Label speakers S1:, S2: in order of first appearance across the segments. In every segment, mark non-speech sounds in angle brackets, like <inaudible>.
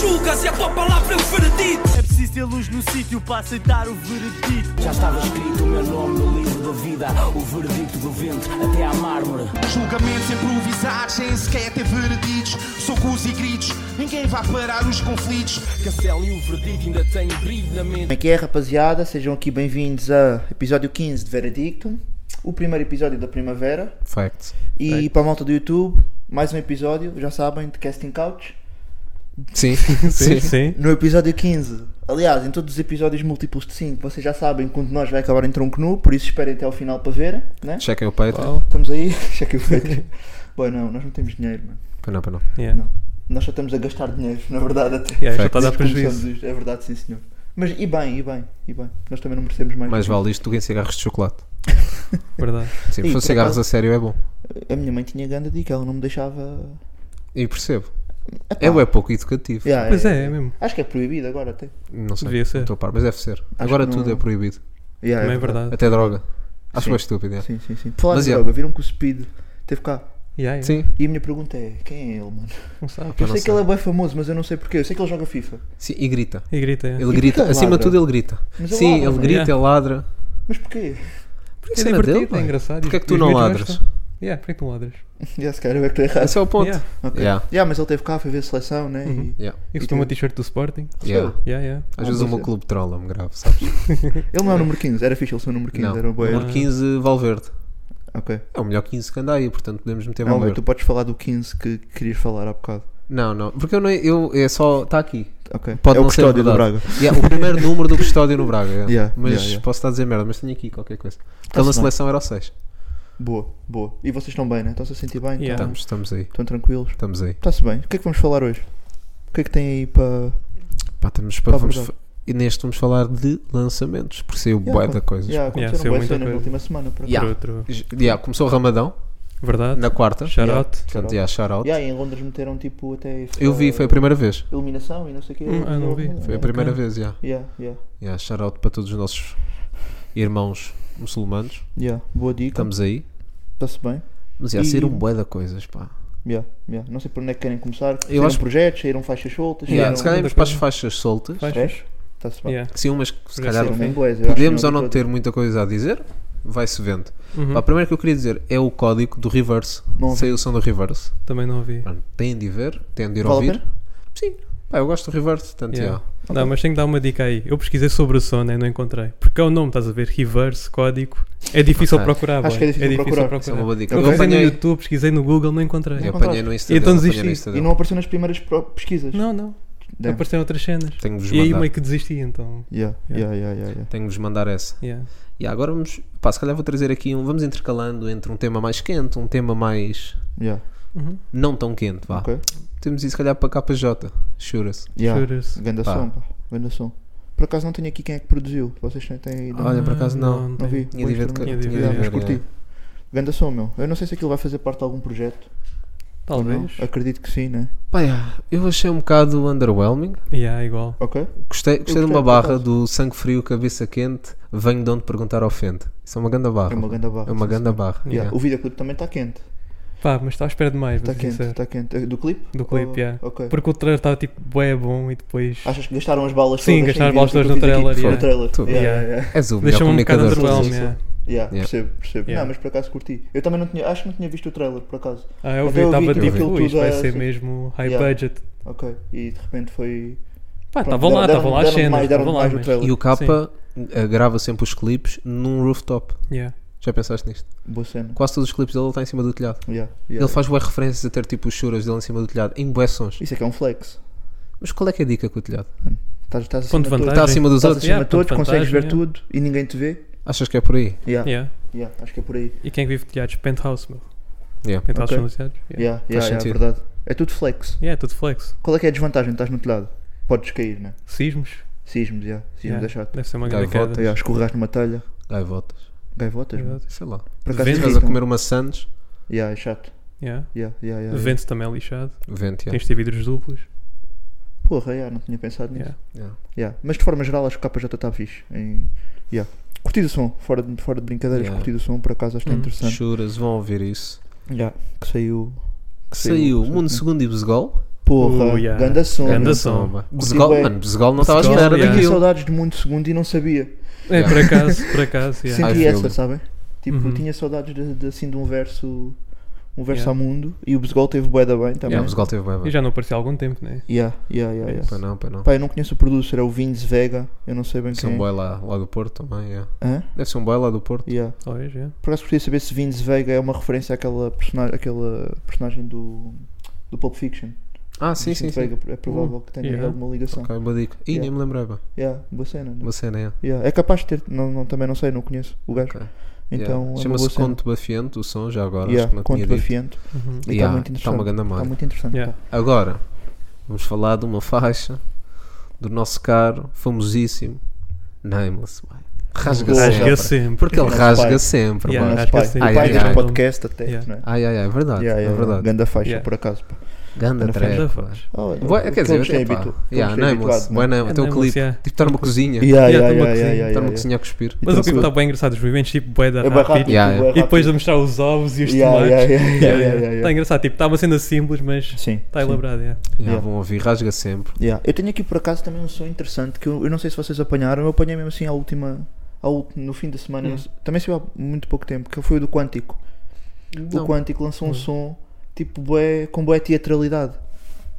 S1: julgas e a tua palavra é o veredito.
S2: É preciso ter luz no sítio para aceitar o veredito.
S3: Já estava escrito o meu nome no livro da vida, o veredito do vento até à mármore.
S4: Julgamentos improvisados, sem sequer ter vereditos. Socos e gritos, ninguém vai parar os conflitos.
S5: Castelo e o veredito ainda têm brilho na mente.
S6: Como é que é, rapaziada? Sejam aqui bem-vindos a episódio 15 de Veredicto, o primeiro episódio da primavera.
S7: Facts.
S6: E para a malta do YouTube, mais um episódio, já sabem, de Casting Couch.
S7: Sim, sim.
S8: Sim.
S6: No episódio 15, aliás, em todos os episódios múltiplos de 5, vocês já sabem quanto nós vai acabar em tronco nu, por isso esperem até ao final para verem, né?
S7: Chequem o peito.
S6: Estamos aí, <laughs> chequem o feito. Bom, não, nós não temos dinheiro, mano.
S7: Pois não, pois não.
S8: Yeah.
S6: Não. Nós só estamos a gastar dinheiro, na verdade, até.
S8: Yeah, já está a dar
S6: Desde que começamos
S8: prejuízo.
S6: isto. É verdade, sim, senhor. Mas e bem, e bem, e bem. Nós também não merecemos mais.
S7: Mais
S6: do que
S7: vale isto do que em cigarros de chocolate.
S8: É Verdade.
S7: Sim, se
S6: Ih, por
S7: for cigarros
S6: acaso-
S7: a sério é bom.
S6: isso. A minha mãe tinha ganda de que ela não me deixava.
S7: E percebo.
S6: Epá.
S7: É ou é pouco educativo.
S6: Yeah,
S8: Pois é, é mesmo.
S6: Acho que é proibido agora até.
S7: Não sei.
S8: Devia ser.
S7: Não estou a par, mas deve ser. Agora
S6: que
S7: tudo
S6: não-
S7: é proibido.
S6: Yeah,
S8: Também é verdade.
S7: Até droga. Acho
S6: Sim.
S7: bem estúpido. é.
S6: Sim, sim, sim. Por Falar
S7: Mas,
S6: de
S7: yeah.
S6: droga, viram que o Speed teve cá.
S8: Yeah, yeah.
S7: Sim.
S6: E a minha pergunta é: quem é ele, mano?
S8: Não sabe.
S7: não
S6: Eu sei que
S7: sei.
S6: ele é bem famoso, mas eu não sei porquê. Eu sei que ele joga FIFA.
S7: Sim, E grita.
S8: E grita. é.
S7: Ele
S6: E
S7: grita.
S6: porquê
S7: Acima
S6: ladra?
S7: de tudo ele grita.
S6: Mas ele
S7: Sim,
S6: ladra,
S7: ele
S6: não é?
S7: grita,
S8: Yeah.
S7: ele ladra.
S6: Mas porquê? <laughs>
S8: É
S7: cena
S8: divertido,
S7: dele, pá.
S8: é engraçado.
S7: Porquê é que
S8: E
S7: tu
S8: os
S7: não
S8: miúdos
S7: ladras?
S8: gostam. Yeah, porquê que não ladras?
S6: Já se calhar eu é que estou
S7: <laughs>
S6: errado.
S7: Esse é o ponto.
S8: Yeah.
S6: Ok.
S7: Yeah.
S6: Yeah, mas ele teve cá, foi ver a seleção, né?
S8: Uhum.
S6: E...
S7: Yeah.
S8: E
S6: E
S8: costuma
S6: tu?
S8: uma t-shirt do Sporting.
S7: Yeah.
S8: Yeah, yeah.
S7: Às
S6: Ah,
S7: vezes o
S6: pois
S7: meu
S6: é.
S7: clube trola-me grave, sabes?
S6: Ele não é o número 15, era fixe ele ser o número 15,
S7: Não.
S6: era um boi.
S7: Número 15, Valverde.
S6: Ok.
S7: É o melhor 15 que anda aí, portanto podemos meter
S6: Não, mas
S7: Valverde.
S6: tu podes falar do 15 que querias falar há bocado.
S7: Não, não. Porque eu não. Eu, é só. Está aqui.
S6: Ok.
S7: Pode
S6: é o
S7: não ser
S6: custódio do
S7: verdade.
S6: Braga.
S7: Yeah, o
S6: <laughs>
S7: primeiro número do custódio no Braga. yeah.
S6: Yeah,
S7: mas
S6: yeah, yeah.
S7: posso estar a dizer merda, mas tenho aqui qualquer coisa.
S6: Tá-se
S7: Aquela
S6: bem.
S7: seleção era o 6.
S6: Boa, boa. E vocês estão bem, né? Estão-se a sentir bem?
S8: Yeah.
S6: Estão-
S7: Estamos, estamos aí.
S6: Estão tranquilos?
S7: Estamos aí.
S6: Está-se bem. O que é que vamos falar hoje? O que é que tem aí para.
S7: Pá, estamos para.
S6: Pá,
S7: vamos
S6: verdade.
S7: fa- e neste vamos falar de lançamentos, porque saiu
S6: Yeah,
S7: bué
S6: pá.
S7: da coisas.
S6: Yeah,
S8: Yeah, saiu
S6: aconteceram boas
S8: muita
S6: cenas na
S8: coisa.
S6: última semana, por acaso.
S7: Yeah.
S8: Outro, outro.
S7: J- yeah, começou o Ramadão,
S8: Verdade.
S7: na quarta.
S8: Shout
S6: Yeah.
S8: out.
S7: Portanto, yeah, shout out.
S6: Yeah, e em Londres meteram tipo até.
S7: Eu vi, foi a primeira vez.
S6: Iluminação e não sei o quê.
S8: Hum, ah, não vi.
S7: Foi a primeira
S8: Ok.
S7: vez, yeah.
S6: Yeah, yeah,
S7: yeah. Shout out para todos os nossos irmãos muçulmanos.
S6: yeah. Boa dica.
S7: Estamos aí.
S6: Está-se bem.
S7: Mas ia
S6: E-
S7: sair um bué da coisas, pá.
S6: Yeah, yeah. Não sei por onde é que querem começar. Saíram
S7: acho-
S6: projetos, saíram faixas soltas.
S7: Yeah,
S6: saíram-
S7: se calhar
S8: muita
S7: vamos para as
S8: coisa.
S7: faixas soltas.
S8: Faz.
S6: Fresh? Está-se bem.
S8: Yeah.
S7: Sim, umas que se
S8: Podia ser
S7: calhar
S8: um
S6: Saíram em
S8: Sim.
S6: inglês, assim, eu acho
S7: podemos
S6: que
S7: ou não
S6: vi
S7: ter muita coisa a dizer, vai-se vendo.
S8: Uhum.
S7: Pá, a primeira que eu queria dizer é o código do reverse.
S6: Hum. Não ouvi.
S7: Saiu o som do reverse.
S8: Também não ouvi.
S7: Pronto, têm de ir ver, têm de ir
S6: Vale a
S7: ouvir.
S6: pena?
S7: Sim, pá, eu gosto do reverse, portanto,
S8: Yeah.
S7: yeah.
S8: Não, mas tenho que dar uma dica aí. Eu pesquisei sobre o som, né? Não encontrei. Porque é o nome, estás a ver? Reverse, código. É difícil
S7: Ok.
S8: procurar. bué.
S6: Acho que é difícil procurar.
S7: Isso é uma boa dica.
S8: Eu
S7: Eu
S8: pesquisei no
S7: apanhei-
S8: YouTube, pesquisei no Google, não encontrei.
S7: Eu
S6: Não
S7: apanhei no Insta
S8: Então
S7: dele, apanhei
S8: desisti.
S7: no Insta
S6: E
S7: dele.
S6: não apareceu nas primeiras pro- pesquisas.
S8: Não, não.
S6: Damn.
S8: Apareceram outras cenas.
S7: Tenho-vos
S8: E aí
S7: mandar,
S8: meio que desisti, então.
S6: Yeah, yeah, yeah, yeah, yeah.
S7: tenho-vos mandar essa.
S8: Yeah.
S7: E agora vamos, pá, se calhar vou trazer aqui um, vamos intercalando entre um tema mais quente, um tema mais
S6: Yeah,
S8: Uhum.
S7: não tão quente, vá.
S6: ok.
S7: Temos isso se calhar para KJ, chura-se.
S6: Yeah.
S8: Jura-se.
S6: Ganda
S7: Pá.
S6: som, pá. Ganda som. Por acaso não tenho aqui quem é que produziu. Vocês têm aí. Não,
S7: Olha, por acaso não.
S8: Não,
S6: não
S8: tem.
S6: vi.
S7: Tinha
S6: Bom
S7: de ver, de
S6: instrumento.
S7: ca-
S8: Tinha
S7: tinha
S8: de
S7: de
S8: ver, né?
S7: ver.
S6: Yeah, mas curti.
S7: yeah.
S6: Ganda som, meu. Eu não sei se aquilo vai fazer parte de algum projeto. ou não.
S8: Talvez.
S6: Acredito que sim, né?
S7: Pá, yeah, eu achei um bocado underwhelming.
S8: Yeah, igual.
S6: Ok.
S7: Gostei, gostei
S6: Eu
S7: de uma
S6: gostei, por
S7: barra
S6: acaso.
S7: do Sangue Frio, Cabeça Quente, Venho de onde perguntar ao Fente. Isso é uma ganda
S8: Ah,
S7: barra.
S6: É uma ganda barra.
S7: É uma
S6: sim,
S7: ganda
S6: senhor.
S7: barra.
S6: Yeah,
S7: yeah.
S6: O videoclipe também está quente.
S8: Pá, mas está à espera demais,
S6: Está
S7: Tá
S8: vou
S6: Tá quente,
S8: sincero.
S6: está quente. É Do clipe?
S8: Do clipe,
S6: Ou-
S8: yeah.
S6: Ok.
S8: Porque o trailer estava tipo, bué bom e depois.
S6: Achas que gastaram as balas
S8: Sim,
S6: todas?
S8: gastaram
S6: em
S8: as balas todas no
S6: videoclipe
S8: trailer,
S6: e
S8: yeah.
S6: tudo?
S7: Tudo.
S6: Yeah,
S8: Yeah.
S6: yeah, yeah.
S7: És o melhor
S8: Deixou-me um bocado
S7: comunicador.
S8: underwhelm,
S6: sim,
S8: yeah.
S6: Yeah,
S7: Yeah.
S6: percebo, percebo.
S8: Yeah.
S6: Não, mas por acaso curti. Eu também não tinha, acho que não tinha visto o trailer, por acaso.
S8: Ah, eu vi,
S6: Até eu vi
S8: estava
S6: que
S8: tipo,
S6: aquilo
S8: "Ui, isto
S6: tudo
S8: vai
S6: é
S8: ser
S6: assim.
S8: mesmo high
S6: Yeah.
S8: budget.
S6: Ok. E de repente foi.
S8: Pá,
S6: pronto,
S8: Ah, estavam lá,
S6: deram-
S8: estavam lá as
S6: deram
S8: cenas,
S6: mais- deram
S8: estavam lá.
S6: mais o
S8: mas-
S6: trailer.
S7: E o Capa eh, grava sempre os clipes num rooftop.
S8: Yeah.
S7: Já pensaste nisto?
S6: Boa cena.
S7: Quase todos os clipes dele ele está em cima do telhado.
S6: Yeah, yeah.
S7: Ele faz bué referências a ter tipo os churas dele em cima do telhado, em bué sons.
S6: Isso é que é um flex.
S7: Mas qual é que é a dica com o telhado?
S6: Estás, estás
S8: Ponto
S6: acima
S8: de
S6: de todos,
S8: vantagem.
S7: Está acima dos
S6: estás
S7: outros?
S6: acima
S8: Yeah,
S6: de todos
S8: ponto de
S6: consegues ver
S8: vantagem,
S6: tudo e ninguém te vê.
S7: Achas que é por aí?
S6: Yeah,
S8: Yeah.
S6: yeah, acho que é por aí.
S8: E quem vive de telhados? Penthouse, meu.
S7: Yeah.
S8: Penthouse
S6: Ok.
S8: são nos telhados. Yeah.
S6: Yeah, yeah, yeah, é
S7: sentido.
S6: verdade. É tudo flex.
S8: Yeah, tudo flex.
S6: Qual é que é a desvantagem? Estás no telhado. Podes cair, né?
S8: Sismos.
S6: Sismos, yeah. sismos
S8: Yeah.
S6: é chato.
S8: Deve ser uma
S7: Dá
S8: grande
S7: volta.
S8: queda.
S6: Yeah, escorregas numa telha.
S7: Gaivotas.
S6: Gaivotas, mano.
S8: Exato.
S7: Sei lá.
S6: Por acaso
S8: Vento.
S7: Estás a
S6: irritam.
S7: comer uma Sands,
S6: Yeah, é chato.
S8: Yeah.
S6: Yeah, yeah, yeah,
S8: O
S6: yeah.
S8: um Vento também é lixado.
S7: vento, yeah.
S8: Tens de ter vidros duplos.
S6: Porra, yeah, não tinha pensado nisso.
S8: Yeah.
S7: Yeah.
S6: Yeah, Mas de forma geral acho que o KJ está fixe. Em... Yeah. Curtido o som, fora de, fora de brincadeiras,
S7: Yeah.
S6: curti curtido o som, por acaso acho que é
S8: Hum.
S6: interessante.
S7: Churas, vão ouvir isso.
S6: Yeah, Que saiu.
S7: Que
S6: Saiu,
S7: saiu
S6: saiu.
S7: Mundo Segundo e Besgol.
S6: Porra,
S8: Uh, yeah.
S6: ganda som.
S8: Ganda
S6: mano.
S8: som. Sombra.
S7: Bezegol,
S6: Curti bué.
S7: mano, Bezegol não estava à
S8: Bezegol,
S7: espera
S8: yeah.
S6: Tinha
S7: daquilo.
S6: saudades de muito segundo e não sabia.
S8: É, por acaso, por acaso, yeah.
S7: Sim.
S6: Senti
S7: I feel
S6: essa,
S7: it.
S6: sabem? Tipo,
S8: Uhum.
S6: tinha saudades de, de, assim de um verso, um verso
S8: Yeah.
S6: ao mundo e o Bezgol teve bué da bem também.
S7: Yeah, É, o Bezegol teve bem,
S8: E
S7: mano.
S8: já não apareceu há algum tempo, né?
S6: Yeah, yeah, yeah, yeah.
S7: Para não, para não.
S6: Pá, eu não conheço o producer, é o Vindes Vega, eu não sei bem
S7: Deve ser um
S6: quem é.
S7: boy lá, lá do Porto também, yeah.
S6: Hã?
S7: Deve ser um boy lá do Porto.
S6: Yeah.
S8: Talvez, yeah.
S6: Por acaso gostaria de saber se Vince Vega é uma referência àquela personagem, àquela personagem do, do Pulp Fiction.
S7: Ah, sim, sim,
S6: Vincent
S7: sim.
S6: Vega é provável que tenha
S8: yeah.
S6: alguma ligação.
S7: Ok, boa dica. Ih,
S6: Yeah.
S7: nem me lembrei, bem.
S6: Yeah, boa cena. né?
S7: Uma cena, yeah.
S6: Yeah, É capaz de ter, não, não- também não sei, não conheço o gajo.
S7: Ok.
S6: Então
S7: Yeah.
S6: é uma boa
S7: Chama-se
S6: cena.
S7: Conto Bafiante, o som, já agora, acho
S6: Yeah,
S7: que não
S6: conto
S7: tinha dito.
S6: bafiante.
S8: Uhum.
S6: E
S7: Yeah,
S6: está muito
S7: tá uma
S6: interessante.
S7: grande
S6: Está
S7: malha.
S6: muito interessante.
S8: Yeah.
S7: Agora, vamos falar de uma faixa do nosso caro, famosíssimo, Nameless. boy. Rasga
S6: Boa.
S7: sempre.
S8: Rasga é sempre.
S7: Porque ele
S6: Nosso
S7: rasga
S6: pai.
S7: sempre,
S8: Yeah,
S7: boy.
S8: acho
S6: Nosso
S8: que
S6: pai,
S8: sim.
S6: é o
S7: Ai,
S6: pai
S7: ai,
S6: deste
S7: ai.
S6: podcast até,
S8: Yeah.
S6: não é?
S7: Ai, ai, ai, é verdade,
S6: Yeah,
S7: é
S6: yeah,
S7: verdade.
S6: Ganda faixa,
S8: Yeah.
S6: por acaso. pá.
S7: Ganda
S6: Ganda
S7: track,
S8: faixa.
S7: mano.
S6: Oh,
S7: Boa,
S6: aqueles
S7: Quer dizer,
S6: que é
S7: até pá.
S6: habitu-
S7: Yeah,
S6: aqueles que é
S7: Nameless.
S6: habituado,
S7: Boa
S6: né?
S7: Nameless. Até o
S8: Nameless,
S7: clipe.
S8: yeah.
S7: Tipo, estar numa cozinha.
S6: Yeah,
S8: Yeah,
S6: yeah,
S8: numa
S6: yeah,
S8: cozinha,
S6: yeah, yeah,
S7: Estar numa
S6: yeah, yeah.
S7: cozinha a cuspir.
S8: é. Mas
S6: Então,
S8: o é clipe está
S6: tudo.
S8: bem engraçado, os movimentos tipo bué da
S6: É bem rápido,
S8: rápido.
S7: Yeah,
S6: é
S7: yeah.
S6: bem
S8: E depois
S6: rápido.
S8: de mostrar os ovos e os
S6: Yeah,
S8: tomates.
S6: yeah, yeah, yeah, yeah, yeah, yeah.
S8: Está engraçado, tipo, está uma cena simples, mas
S6: Sim.
S8: está
S6: sim.
S8: elaborado, yeah.
S7: Yeah,
S6: Yeah.
S7: Vão ouvir, rasga sempre.
S6: Yeah. Eu tenho aqui por acaso também um som interessante que eu, eu não sei se vocês apanharam, eu apanhei mesmo assim à última, à ult- no fim da semana,
S8: Hum.
S6: não sei- também saiu há muito pouco tempo, que foi o do Quântico. O Quântico lançou um som tipo bué, com bué teatralidade.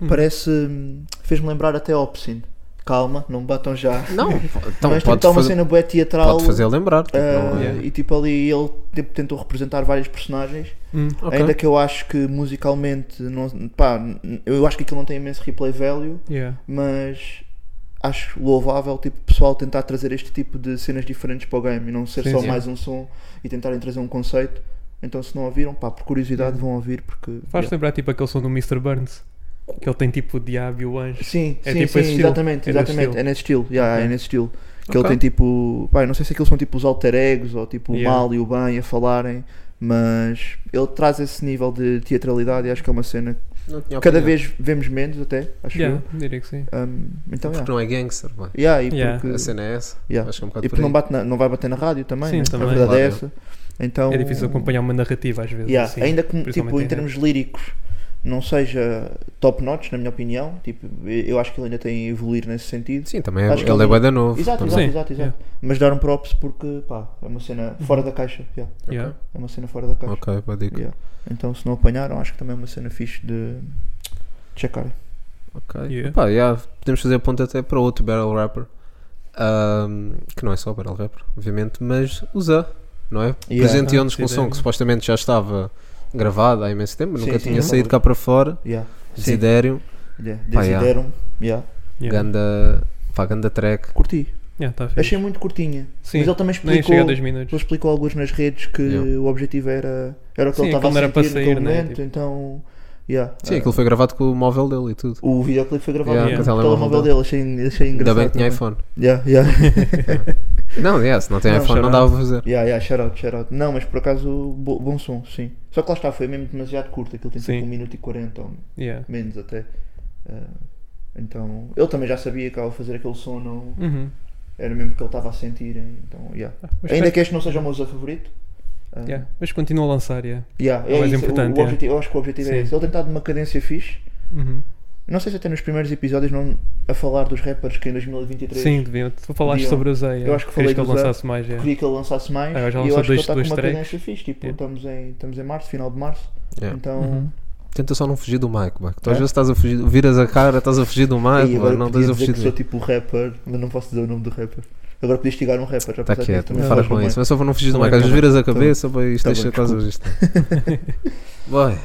S6: Parece. hum, fez-me lembrar até Opsin. Calma, não me batam já.
S7: Não, então
S6: Mas
S7: pode
S6: está uma
S7: fazer-
S6: cena bué teatral.
S7: pode fazer lembrar. tipo,
S6: ah,
S7: não-
S8: yeah.
S6: E tipo ali ele tipo, tentou representar vários personagens.
S8: Hum.
S7: Ok.
S6: Ainda que eu acho que musicalmente, não, pá, eu acho que aquilo não tem imenso replay value,
S8: Yeah.
S6: mas acho louvável tipo, o pessoal tentar trazer este tipo de cenas diferentes para o game e não ser
S8: Sim,
S6: só
S8: sim.
S6: mais um som e tentarem trazer um conceito. Então, se não ouviram, pá, por curiosidade, vão ouvir porque.
S8: Faz
S6: yeah.
S8: lembrar tipo aquele som do Mr. Burns, que ele tem tipo o diabo e o anjo.
S6: Sim,
S8: É
S6: sim,
S8: tipo
S6: sim,
S8: esse estilo.
S6: exatamente,
S8: É desse
S6: exatamente.
S8: estilo.
S6: É nesse estilo, yeah,
S8: Ok.
S6: é nesse estilo. Que
S7: Ok.
S6: ele tem tipo, pá, eu não sei se aqueles são tipo os alter egos ou tipo
S8: Yeah.
S6: o mal e o bem a falarem, mas ele traz esse nível de teatralidade e acho que é uma cena
S7: não tinha
S6: Cada
S7: opinião. tipo,
S6: vez vemos menos até, acho
S8: Yeah,
S6: eu.
S8: diria que sim.
S6: Um, então,
S7: Porque
S6: yeah.
S7: não é gangster, mano.
S6: Yeah, e
S8: Yeah.
S6: porque,
S7: A cena é essa.
S6: yeah.
S7: Acho que é um bocado por
S6: E porque não,
S7: aí.
S6: bate na- não vai bater na rádio também,
S8: Sim,
S6: né?
S8: também.
S6: a verdade é
S7: Claro.
S6: essa. Então,
S8: É difícil acompanhar uma narrativa às vezes.
S6: yeah,
S8: assim,
S6: ainda que tipo,
S8: principalmente
S6: em termos líricos não seja top notch, na minha opinião, tipo, eu acho que ele ainda tem a evoluir nesse sentido.
S7: Sim, também é,
S6: Acho que
S7: ele é
S6: ele-
S7: bué da novo.
S6: Exato,
S7: também.
S6: exato,
S8: Sim,
S6: exato, exato. Mas dar um props porque pá, é uma cena fora da caixa. yeah.
S8: rap. Yeah.
S6: É uma cena fora da caixa.
S7: Ok, boa dica.
S6: Yeah. Então se não apanharam, acho que também é uma cena fixe de checar.
S7: Ok.
S8: Yeah.
S7: Epá, yeah, podemos fazer ponto até para outro battle rapper. ahm, que não é só battle rapper, obviamente, mas o Zé, não é?
S6: Yeah.
S7: Presenteou-nos
S8: Ah,
S7: com um
S8: sim,
S7: som
S8: sim.
S7: que supostamente já estava gravado há imenso tempo, mas
S6: Sim,
S7: nunca
S6: sim,
S7: tinha
S6: sim.
S7: saído cá para fora.
S6: Yeah. Sim.
S7: Desidério,
S6: Yeah.
S7: Pá, yeah.
S6: Desideram. Yeah.
S8: Yeah.
S7: ganda, pá, ganda track.
S6: Curti.
S8: Yeah, tá fixe.
S6: Achei muito curtinha.
S8: Sim,
S6: Mas ele também
S8: nem chega a
S6: explicou.
S8: 2
S6: Ele
S8: minutos.
S6: explicou alguns nas redes que
S7: Yeah.
S6: o objetivo era, era o que
S8: Sim,
S6: ele estava a
S8: aquilo
S6: sentir
S8: era para sair,
S6: naquele
S8: né?
S6: momento,
S8: Tipo-
S6: então. Yeah.
S7: Sim,
S6: Ah,
S7: aquilo foi gravado com o móvel dele e tudo.
S6: O videoclipe foi gravado
S7: Yeah,
S6: no
S7: com o telemóvel
S6: telemóvel dele, achei, achei
S7: Ainda
S6: engraçado.
S7: bem que tinha
S6: também.
S7: iPhone.
S6: Yeah,
S7: <laughs>
S6: yeah.
S7: Não, yeah, se não tem
S6: Não,
S7: iPhone não
S8: shout
S7: dava para fazer.
S6: yeah, yeah, shout out, shout out. Não, mas por acaso, bo- bom som, sim. Só que lá está, foi mesmo demasiado curto, aquilo tem
S8: Sim.
S6: tipo 1 minuto e 40 ou
S8: Yeah.
S6: menos até. Ah, então, ele também já sabia que ao fazer aquele som não
S8: Uhum.
S6: era mesmo que ele estava a sentir, então, yeah.
S8: Ah, mas
S6: Ainda
S8: espero-
S6: que este não seja o meu Zé favorito. ah,
S8: yeah, Mas continua a lançar, yeah.
S6: yeah,
S8: É
S6: é
S8: o mais
S6: isso, o-
S8: importante,
S6: o
S8: yeah.
S6: objetivo- eu acho que o objetivo é
S8: Sim.
S6: esse. Ele tem estado numa cadência fixe.
S8: Uhum.
S6: Não sei se até nos primeiros episódios não a falar dos rappers que em 2023
S8: Sim, deviam. Tu falaste
S6: Deviam.
S8: sobre o Zé. yeah.
S6: Eu acho que
S8: Querias
S6: falei
S8: que ele
S6: do Zé.
S8: lançasse mais. é? yeah.
S6: queria que ele lançasse mais.
S8: Agora já
S6: e
S8: lançou
S6: eu
S8: dois-
S6: acho que ele está com
S8: dois
S6: uma
S8: tracks.
S6: cadência fixe. Tipo,
S8: Yeah.
S6: estamos, em, estamos em março, final de março.
S7: Yeah.
S6: Então.
S8: Uhum.
S7: Tenta só não fugir do Mike, mano. Tu
S6: É?
S7: às vezes estás a fugir, viras a cara, estás a fugir do Mike,
S6: Aí, agora
S7: mano.
S6: não
S7: Ah, é Não né? estás
S6: podia
S7: a
S6: dizer
S7: fugir
S6: que sou
S7: do
S6: tipo rapper, mas não posso dizer o nome do rapper. Agora podia estigar um rapper, já
S7: Está
S6: pensaste nisso?
S7: Tá quieto,
S6: Também
S7: não
S6: não
S7: para
S6: faz
S7: com
S6: bem.
S7: isso. Mas só para não fugir do
S8: Tá
S7: Mike.
S8: bem,
S7: Às vezes viras a
S6: bem.
S7: cabeça, pá, isto
S6: Tá
S7: deixa
S6: bem,
S7: quase a isto.
S6: <laughs>
S7: Boy,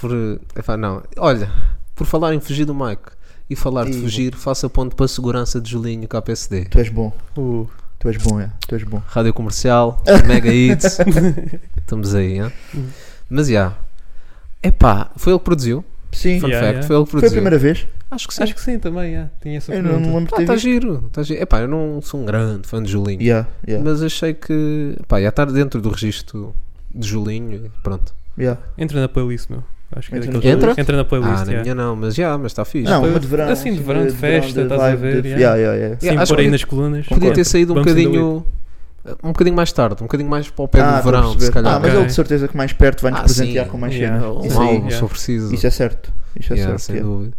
S7: por. epá, não. Olha, por falar em fugir do Mike e falar de
S6: Ih,
S7: fugir, faça ponto para a segurança de Julinho KPSD.
S6: Tu és bom,
S8: Uh,
S6: tu és bom, é. Tu és bom.
S7: Rádio Comercial,
S6: <laughs>
S7: Mega Hits. Estamos aí, hein? Mas já. Epá, foi ele que produziu.
S6: Sim,
S7: Fun
S8: Yeah,
S7: fact,
S8: yeah.
S7: foi ele que
S6: foi a
S7: produziu.
S6: primeira vez.
S7: Acho que sim.
S8: acho que sim também, yeah. tinha essa
S6: Eu não
S8: pergunta.
S6: me lembro de
S7: Ah,
S6: ter
S7: tá
S6: visto.
S7: giro, tá giro. Epá, eu não sou um grande fã de Julinho.
S6: Yeah, yeah,
S7: Mas achei que. Pá, ia estar dentro do registro de Julinho. Pronto.
S6: yeah.
S8: Entra na playlist, meu. Acho que é
S6: Entra
S8: daqueles-
S7: na playlist?
S8: Entra na
S7: Ah,
S8: playlist, é.
S7: na
S6: é.
S8: yeah.
S7: minha não, mas já, mas está fixe.
S6: Não,
S8: foi
S6: uma de verão.
S8: assim, de verão, de festa,
S6: de
S8: estás a
S6: vibe,
S8: ver,
S6: de-
S8: yeah.
S6: Yeah, yeah, yeah.
S8: Sim,
S7: Yeah, acho
S8: pôr
S7: que
S8: aí
S7: podia-
S8: nas colunas.
S7: Podia ter
S8: Yeah.
S7: saído um
S8: Bumps in the Whip.
S7: bocadinho. Um bocadinho mais tarde, um bocadinho mais para o pé
S6: Ah,
S7: do
S6: estou a
S7: verão,
S6: perceber.
S7: se calhar.
S6: Ah, mas
S8: Ok.
S6: ele de certeza que mais perto vai nos
S7: Ah,
S6: presentear
S7: sim.
S6: com mais
S8: Yeah.
S6: cenas.
S7: Um
S6: Isso aí,
S7: álbum,
S8: yeah.
S7: se eu preciso.
S6: Isso é certo. Isto é
S7: Yeah,
S6: certo.
S7: sem
S6: yeah.
S7: dúvida.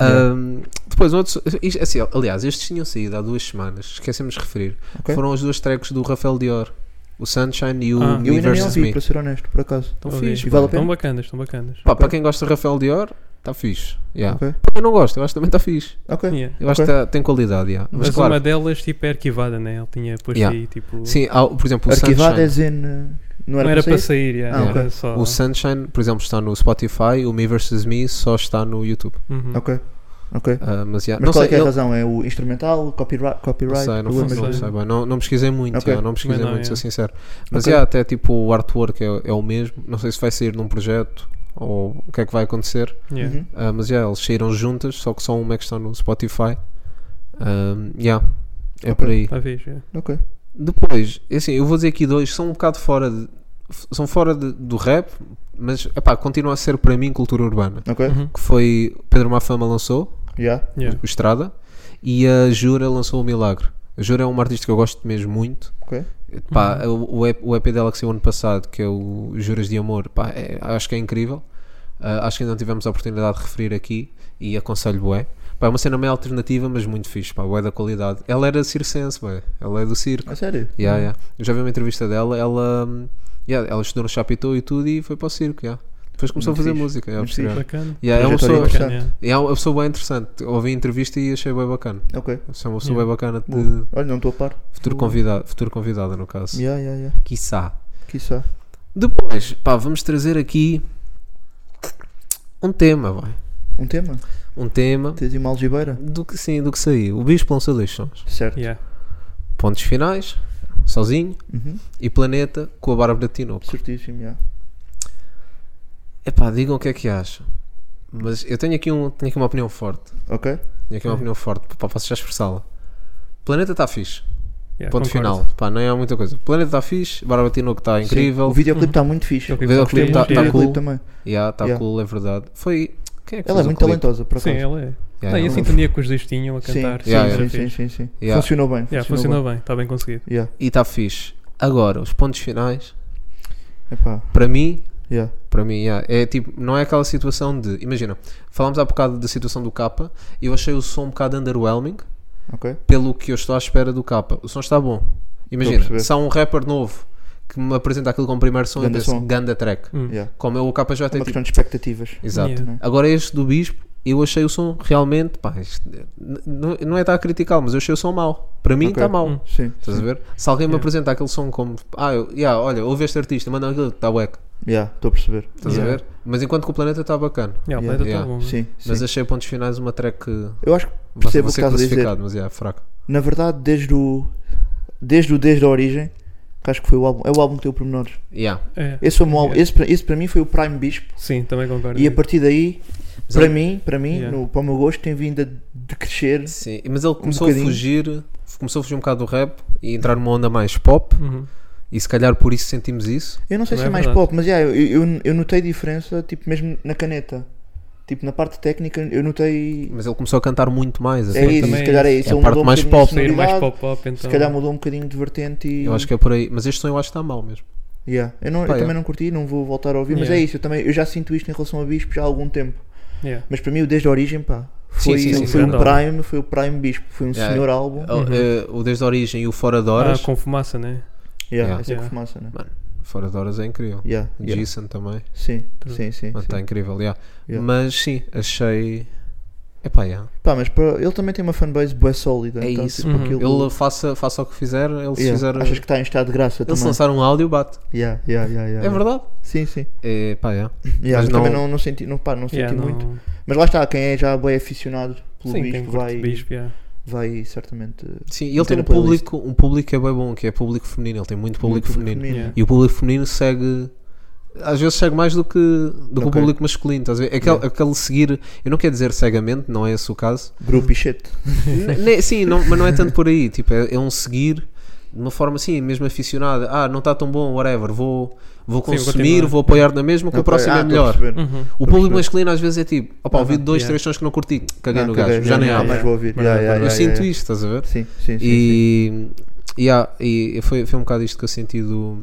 S6: Yeah.
S7: Ahm, depois, outros, is- assim, aliás, estes tinham saído há duas semanas, esquecemos de referir.
S6: Ok.
S7: Foram os dois tracks do Rafael Dior, o Sunshine e o
S8: Ah.
S7: Me
S6: Eu ainda nem
S7: vs.
S6: ouvi,
S7: Me.
S6: para ser honesto, por acaso.
S7: Estão
S8: Ouvi.
S7: fixe. então.
S6: E vale a
S8: Estão
S6: pena?
S8: bacanas, estão bacanas.
S7: Pá, Para quem gosta de Rafael Dior, está fixe. Yeah.
S6: Ok.
S7: Para quem não gosta, eu acho que também está fixe.
S6: Ok.
S8: Yeah.
S7: Eu acho
S6: Ok.
S7: que tá- tem qualidade. yeah. Mas,
S8: Mas
S7: claro,
S8: uma delas tipo é arquivada, né? Ele tinha posto
S7: Yeah.
S8: aí tipo.
S7: sim, há, por exemplo, o
S6: Arquivado
S7: Sunshine.
S6: é Zen. eh, Não era,
S8: não era para
S6: sair?
S8: sair, yeah,
S6: Ah,
S8: era
S6: ok.
S8: só.
S7: O Sunshine, por exemplo, está no Spotify, o Me vs. Me só está no YouTube.
S8: Uhum.
S6: Ok. Ok.
S7: Ah, mas yeah,
S6: Mas
S7: não
S6: qual
S7: sei,
S6: é que é a
S7: ele-
S6: razão? É o instrumental, copyright?
S7: Não
S6: copyright
S7: sei, não,
S6: problemas
S7: faço- não
S8: sei.
S6: de-
S7: sei bem. Não, não pesquisei muito,
S6: Ok.
S7: já, não pesquisei
S8: Também não,
S7: muito, sou
S8: é.
S7: sincero. Mas
S6: Ok.
S7: já, até tipo o artwork é, é o mesmo. Não sei se vai sair num projeto ou o que é que vai acontecer.
S8: Yeah.
S6: Uhum.
S7: Ah, mas já, eles saíram juntas, só que só uma é que está no Spotify. Um, yeah, é
S6: Ok.
S7: por aí.
S8: Tá fixe, yeah.
S6: Ok.
S7: Depois, é assim, eu vou dizer aqui dois, são um bocado fora de- f- são fora de- do rap, mas epá, continua a ser para mim cultura urbana.
S6: Ok.
S8: Uhum.
S7: Que foi Pedro Mafama lançou,
S6: Yeah.
S8: Yeah.
S7: o Estrada, e a Jura lançou o Milagre. A Jura é uma artista que eu gosto mesmo muito.
S6: Ok.
S7: Pá, o- o, EP, o EP dela que saiu ano passado, que é o Juras de Amor, pá, é- acho que é incrível. Ah, acho que ainda não tivemos a oportunidade de referir aqui e aconselho bué. Pá, é uma cena meio alternativa, mas muito fixe, pá, bué da qualidade. Ela era circense, bué. Ela é do circo.
S6: A sério?
S7: Yeah, yeah. Eu já vi uma entrevista dela, ela, hum, yeah, ela estudou no Chapitou e tudo e foi para o circo, yeah. Depois começou
S6: Muito
S7: a fazer
S6: fixe,
S7: música, yeah,
S6: muito
S7: posterior.
S8: Bacana.
S7: Yeah, é uma
S6: Trajetória
S7: pessoa,
S8: Bacana,
S6: interessante.
S8: yeah.
S7: é uma pessoa bem interessante. Ouvi a entrevista e achei bem bacana.
S6: Ok.
S7: Achei uma pessoa bem bacana de
S6: Boa. Olha, não estou a par.
S7: futuro convidado, futuro convidado no caso.
S6: Yeah, yeah, yeah.
S7: Quiçá.
S6: Quiçá.
S7: Depois, pá, vamos trazer aqui um tema, vai.
S6: Um tema?
S7: Um tema
S6: Tens aí uma algibeira?
S7: do que sim, do que saiu. O Bispo lançou dois sons.
S6: Certo.
S8: Yeah.
S7: Pontos finais, sozinho,
S6: Uhum.
S7: e Planeta com a Bárbara Tinoco.
S6: Certíssimo, yeah.
S7: Epá, digam o que é que acham. Mas eu tenho aqui, um, tenho aqui uma opinião forte.
S6: Ok?
S7: Tenho
S6: Uhum.
S7: aqui uma opinião forte, pá, posso já expressá-la. Planeta está fixe.
S8: Yeah,
S7: Ponto
S8: concordo.
S7: final. Pá, não é muita coisa. Planeta está fixe, Bárbara Tinoco está É incrível.
S6: Sim. O videoclipe está muito fixe.
S8: Ok,
S7: O videoclipe
S8: gostei muito.
S7: está tá
S6: O
S8: Yeah.
S6: videoclipe
S7: cool.
S6: também.
S7: Yeah, está
S6: Yeah.
S7: cool, é verdade. Foi. Quem é que
S6: Ela é
S7: fez o
S6: muito
S7: clipe?
S6: talentosa, por
S8: Sim,
S6: acaso.
S8: ela é.
S7: Yeah, um
S8: Não, e a
S7: ela-
S8: sintonia que os dois tinham a
S6: Sim,
S8: cantar.
S6: sim,
S7: Yeah,
S8: sim,
S7: yeah.
S6: sim, sim,
S8: fixe.
S6: sim, sim.
S7: Yeah.
S6: Funcionou bem.
S8: Yeah, funcionou bem, está bem conseguido.
S6: bem. Yeah.
S7: e está fixe. Agora, os pontos finais,
S6: Epá.
S7: para mim,
S6: Yeah.
S7: para mim, yeah, é tipo, não é aquela situação de. Imagina, falámos há bocado da situação do K, eu achei o som um bocado underwhelming
S6: Ok.
S7: pelo que eu estou à espera do K. O som está bom.
S6: Estou a
S7: Imagina,
S6: perceber.
S7: se há um rapper novo que me apresenta aquilo como primeiro som, eu
S6: Ganda
S7: penso,
S6: som.
S7: ganda track.
S8: Hum.
S6: Yeah.
S7: Como é o K já
S6: É
S7: tem
S6: uma
S7: tipo,
S6: questão de expectativas.
S7: Exato.
S8: Yeah.
S6: né?
S7: Agora este do Bispo, eu achei o som realmente, pá, isto- n- n- não é estar a criticá-lo, mas eu achei o som mau. Para mim
S6: Ok.
S7: está mau.
S8: Hum.
S6: Sim.
S7: Estás a ver? Se alguém me
S8: Yeah.
S7: apresenta aquele som como Ah, eu, yeah, olha, ouve este artista, manda aquilo, está bueca.
S6: Yeah, estou a perceber.
S7: Estás
S6: Yeah.
S7: a ver? Mas enquanto que o planeta está bacana.
S8: Yeah, o
S6: Yeah.
S8: planeta
S7: Yeah.
S8: tá bom.
S6: Sim, sim.
S7: Mas achei pontos finais uma track que
S6: Eu acho que
S7: vai
S6: Percebo
S7: vai
S6: o que
S7: ser
S6: estás a dizer.
S7: classificado, mas é yeah, fraca.
S6: Na verdade, desde o. Desde o Desde a Origem, que acho que foi o álbum. É o álbum que tem o pormenores.
S7: Yeah.
S8: É.
S6: Esse, foi o meu álbum-
S8: Yeah.
S6: esse, pra- esse para mim foi o Prime Bispo.
S8: Sim, também concordo.
S6: E a partir daí,
S7: Mas é
S6: para
S7: ele-
S6: mim, para mim,
S8: Yeah.
S6: no, para o meu gosto, tem vindo a decrescer.
S7: Sim, mas ele começou a
S6: Um bocadinho.
S7: fugir, começou a fugir um bocado do rap e entrar numa onda mais pop.
S8: Uhum.
S7: E se calhar por isso sentimos isso.
S6: Eu não sei
S8: Também
S6: se é
S8: é
S6: mais
S8: verdade.
S6: pop, mas yeah, eu, eu, eu notei diferença, tipo, mesmo na caneta. Tipo, na parte técnica, eu notei.
S7: Mas ele começou a cantar muito mais.
S6: É
S7: assim.
S6: isso,
S8: também
S6: se calhar é isso.
S7: é a
S6: Ele
S7: parte
S6: mudou um
S7: mais
S6: bocadinho
S7: pop.
S6: de
S8: Sair mais
S6: sonoridade,
S8: pop-up, então.
S6: Se calhar mudou um bocadinho de vertente e.
S7: Eu acho que é por aí. Mas este som eu acho que está mal mesmo.
S6: Yeah. Eu, não- eu
S7: Pá, yeah.
S6: também não curti, não vou voltar a ouvir, mas
S8: Yeah.
S6: é isso, eu, também, eu já sinto isto em relação a Bispo já há algum tempo.
S8: Yeah.
S6: Mas para mim, o desde a origem, pá, foi,
S7: Sim, sim, sim,
S6: foi um
S8: grande álbum.
S6: Prime, foi o Prime Bispo, foi um
S7: Yeah.
S6: senhor álbum.
S7: O- eh, O Desde a Origem e o Fora de
S8: Ah,
S7: Horas.
S8: com fumaça, né?
S6: Yeah,
S7: Yeah.
S6: Essa é
S8: Yeah.
S6: que fumaça, né?
S7: Fora de Horas é incrível.
S6: Yeah. yeah.
S7: Jason também.
S6: Sim,
S8: True.
S6: sim, sim.
S7: Mano,
S6: sim.
S7: está incrível, yeah.
S6: Yeah.
S7: Mas sim, achei. Epá, yeah.
S6: Pá, mas para- ele também tem uma fanbase bué sólida.
S7: É
S6: então,
S7: isso.
S6: tipo,
S8: Uhum.
S6: aquilo-
S7: Ele faça, faça o que fizer, ele se
S6: Yeah.
S7: fizer.
S6: Achas que está em estado de graça
S7: ele
S6: também?
S7: se lançar um áudio, bate.
S6: Yeah, yeah, yeah,
S7: é
S6: yeah, yeah.
S7: verdade.
S6: Sim, sim.
S7: É, pá, yeah.
S6: Yeah,
S7: Mas
S6: mas também
S7: não-
S6: não, não senti, não, pá, não senti
S8: Yeah, não-
S6: muito. Mas lá está, quem é já bem aficionado pelo
S8: Sim, quem
S6: Bispo
S8: curte
S6: vai,
S8: Bispo, yeah.
S6: vai certamente. eh,
S7: Sim, e ele
S6: Tem
S7: tem
S6: na
S7: um
S6: playlist.
S7: público, um público que é bem bom, que é público feminino. Ele tem muito público
S6: muito
S7: feminino.
S8: Yeah.
S7: E o público feminino segue. Às vezes segue mais do que, do que o
S6: Ok.
S7: público masculino. Estás a ver? Aquele,
S6: Yeah.
S7: aquele seguir. Eu não quero dizer cegamente, não é esse o
S6: <laughs>
S7: caso.
S6: Grupo e shit.
S7: Ne- ne- sim, não- mas não é tanto por aí. Tipo, é, é um seguir de uma forma assim, mesmo aficionada. Ah, não está tão bom, whatever. Vou, vou
S8: Sim, vou
S7: consumir,
S8: continuar.
S7: vou apoiar na mesma, que o
S6: Ok,
S7: próximo
S6: ah,
S7: é
S6: tô a
S7: melhor.
S6: perceber.
S8: Uhum.
S7: O
S6: Estou a
S7: público
S6: perceber.
S7: masculino às vezes é tipo, opá, ouvi
S6: Aham,
S7: dois,
S8: yeah.
S7: três sons que não curti, caguei
S6: Ah,
S7: no
S6: caguei,
S7: gajo, já nem
S6: yeah,
S7: abro.
S6: Mais vou ouvir.
S8: Mas não
S6: Yeah,
S8: é
S6: yeah,
S7: Eu
S6: yeah,
S7: sinto
S6: yeah.
S7: isto, estás a ver?
S6: Sim, sim, sim. sim.
S7: E, yeah, e foi, foi um bocado isto que eu senti do,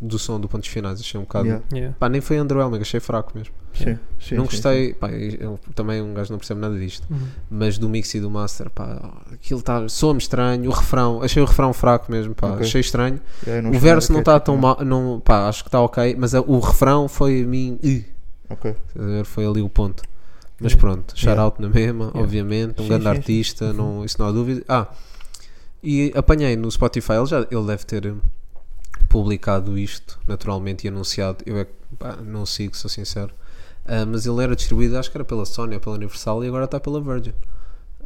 S7: do som do Pontos Finais. Achei um bocado.
S6: Yeah.
S8: Yeah.
S7: Pá, nem foi underwhelming, achei fraco mesmo.
S6: Sim, sim,
S7: não
S6: sim,
S7: gostei, pá, eu- também um gajo não percebe nada disto,
S8: Uhum.
S7: mas do mix e do master, pá, aquilo está, soa-me estranho, o refrão, achei o refrão fraco mesmo, pá,
S6: Ok.
S7: achei estranho.
S6: sim. É, eu
S7: o
S6: sei
S7: verso
S6: nada
S7: não tá-
S6: que é,
S7: está
S6: tipo,
S7: tão mal, não, pá, acho que está ok, mas a- o refrão foi a mim, "Ih",
S6: Ok.
S7: estás a ver? foi ali o ponto. Mas pronto, shout out na mesma, obviamente, um
S6: É.
S7: grande
S6: Sim, sim, Uhum. sim.
S7: artista, Não, isso não há dúvida. Ah, e apanhei no Spotify, ele, já, ele deve ter hum, publicado isto naturalmente e anunciado. Eu é que pá, não sigo, sou sincero. Ah, mas ele era distribuído, acho que era pela Sony ou pela Universal e agora está pela Virgin.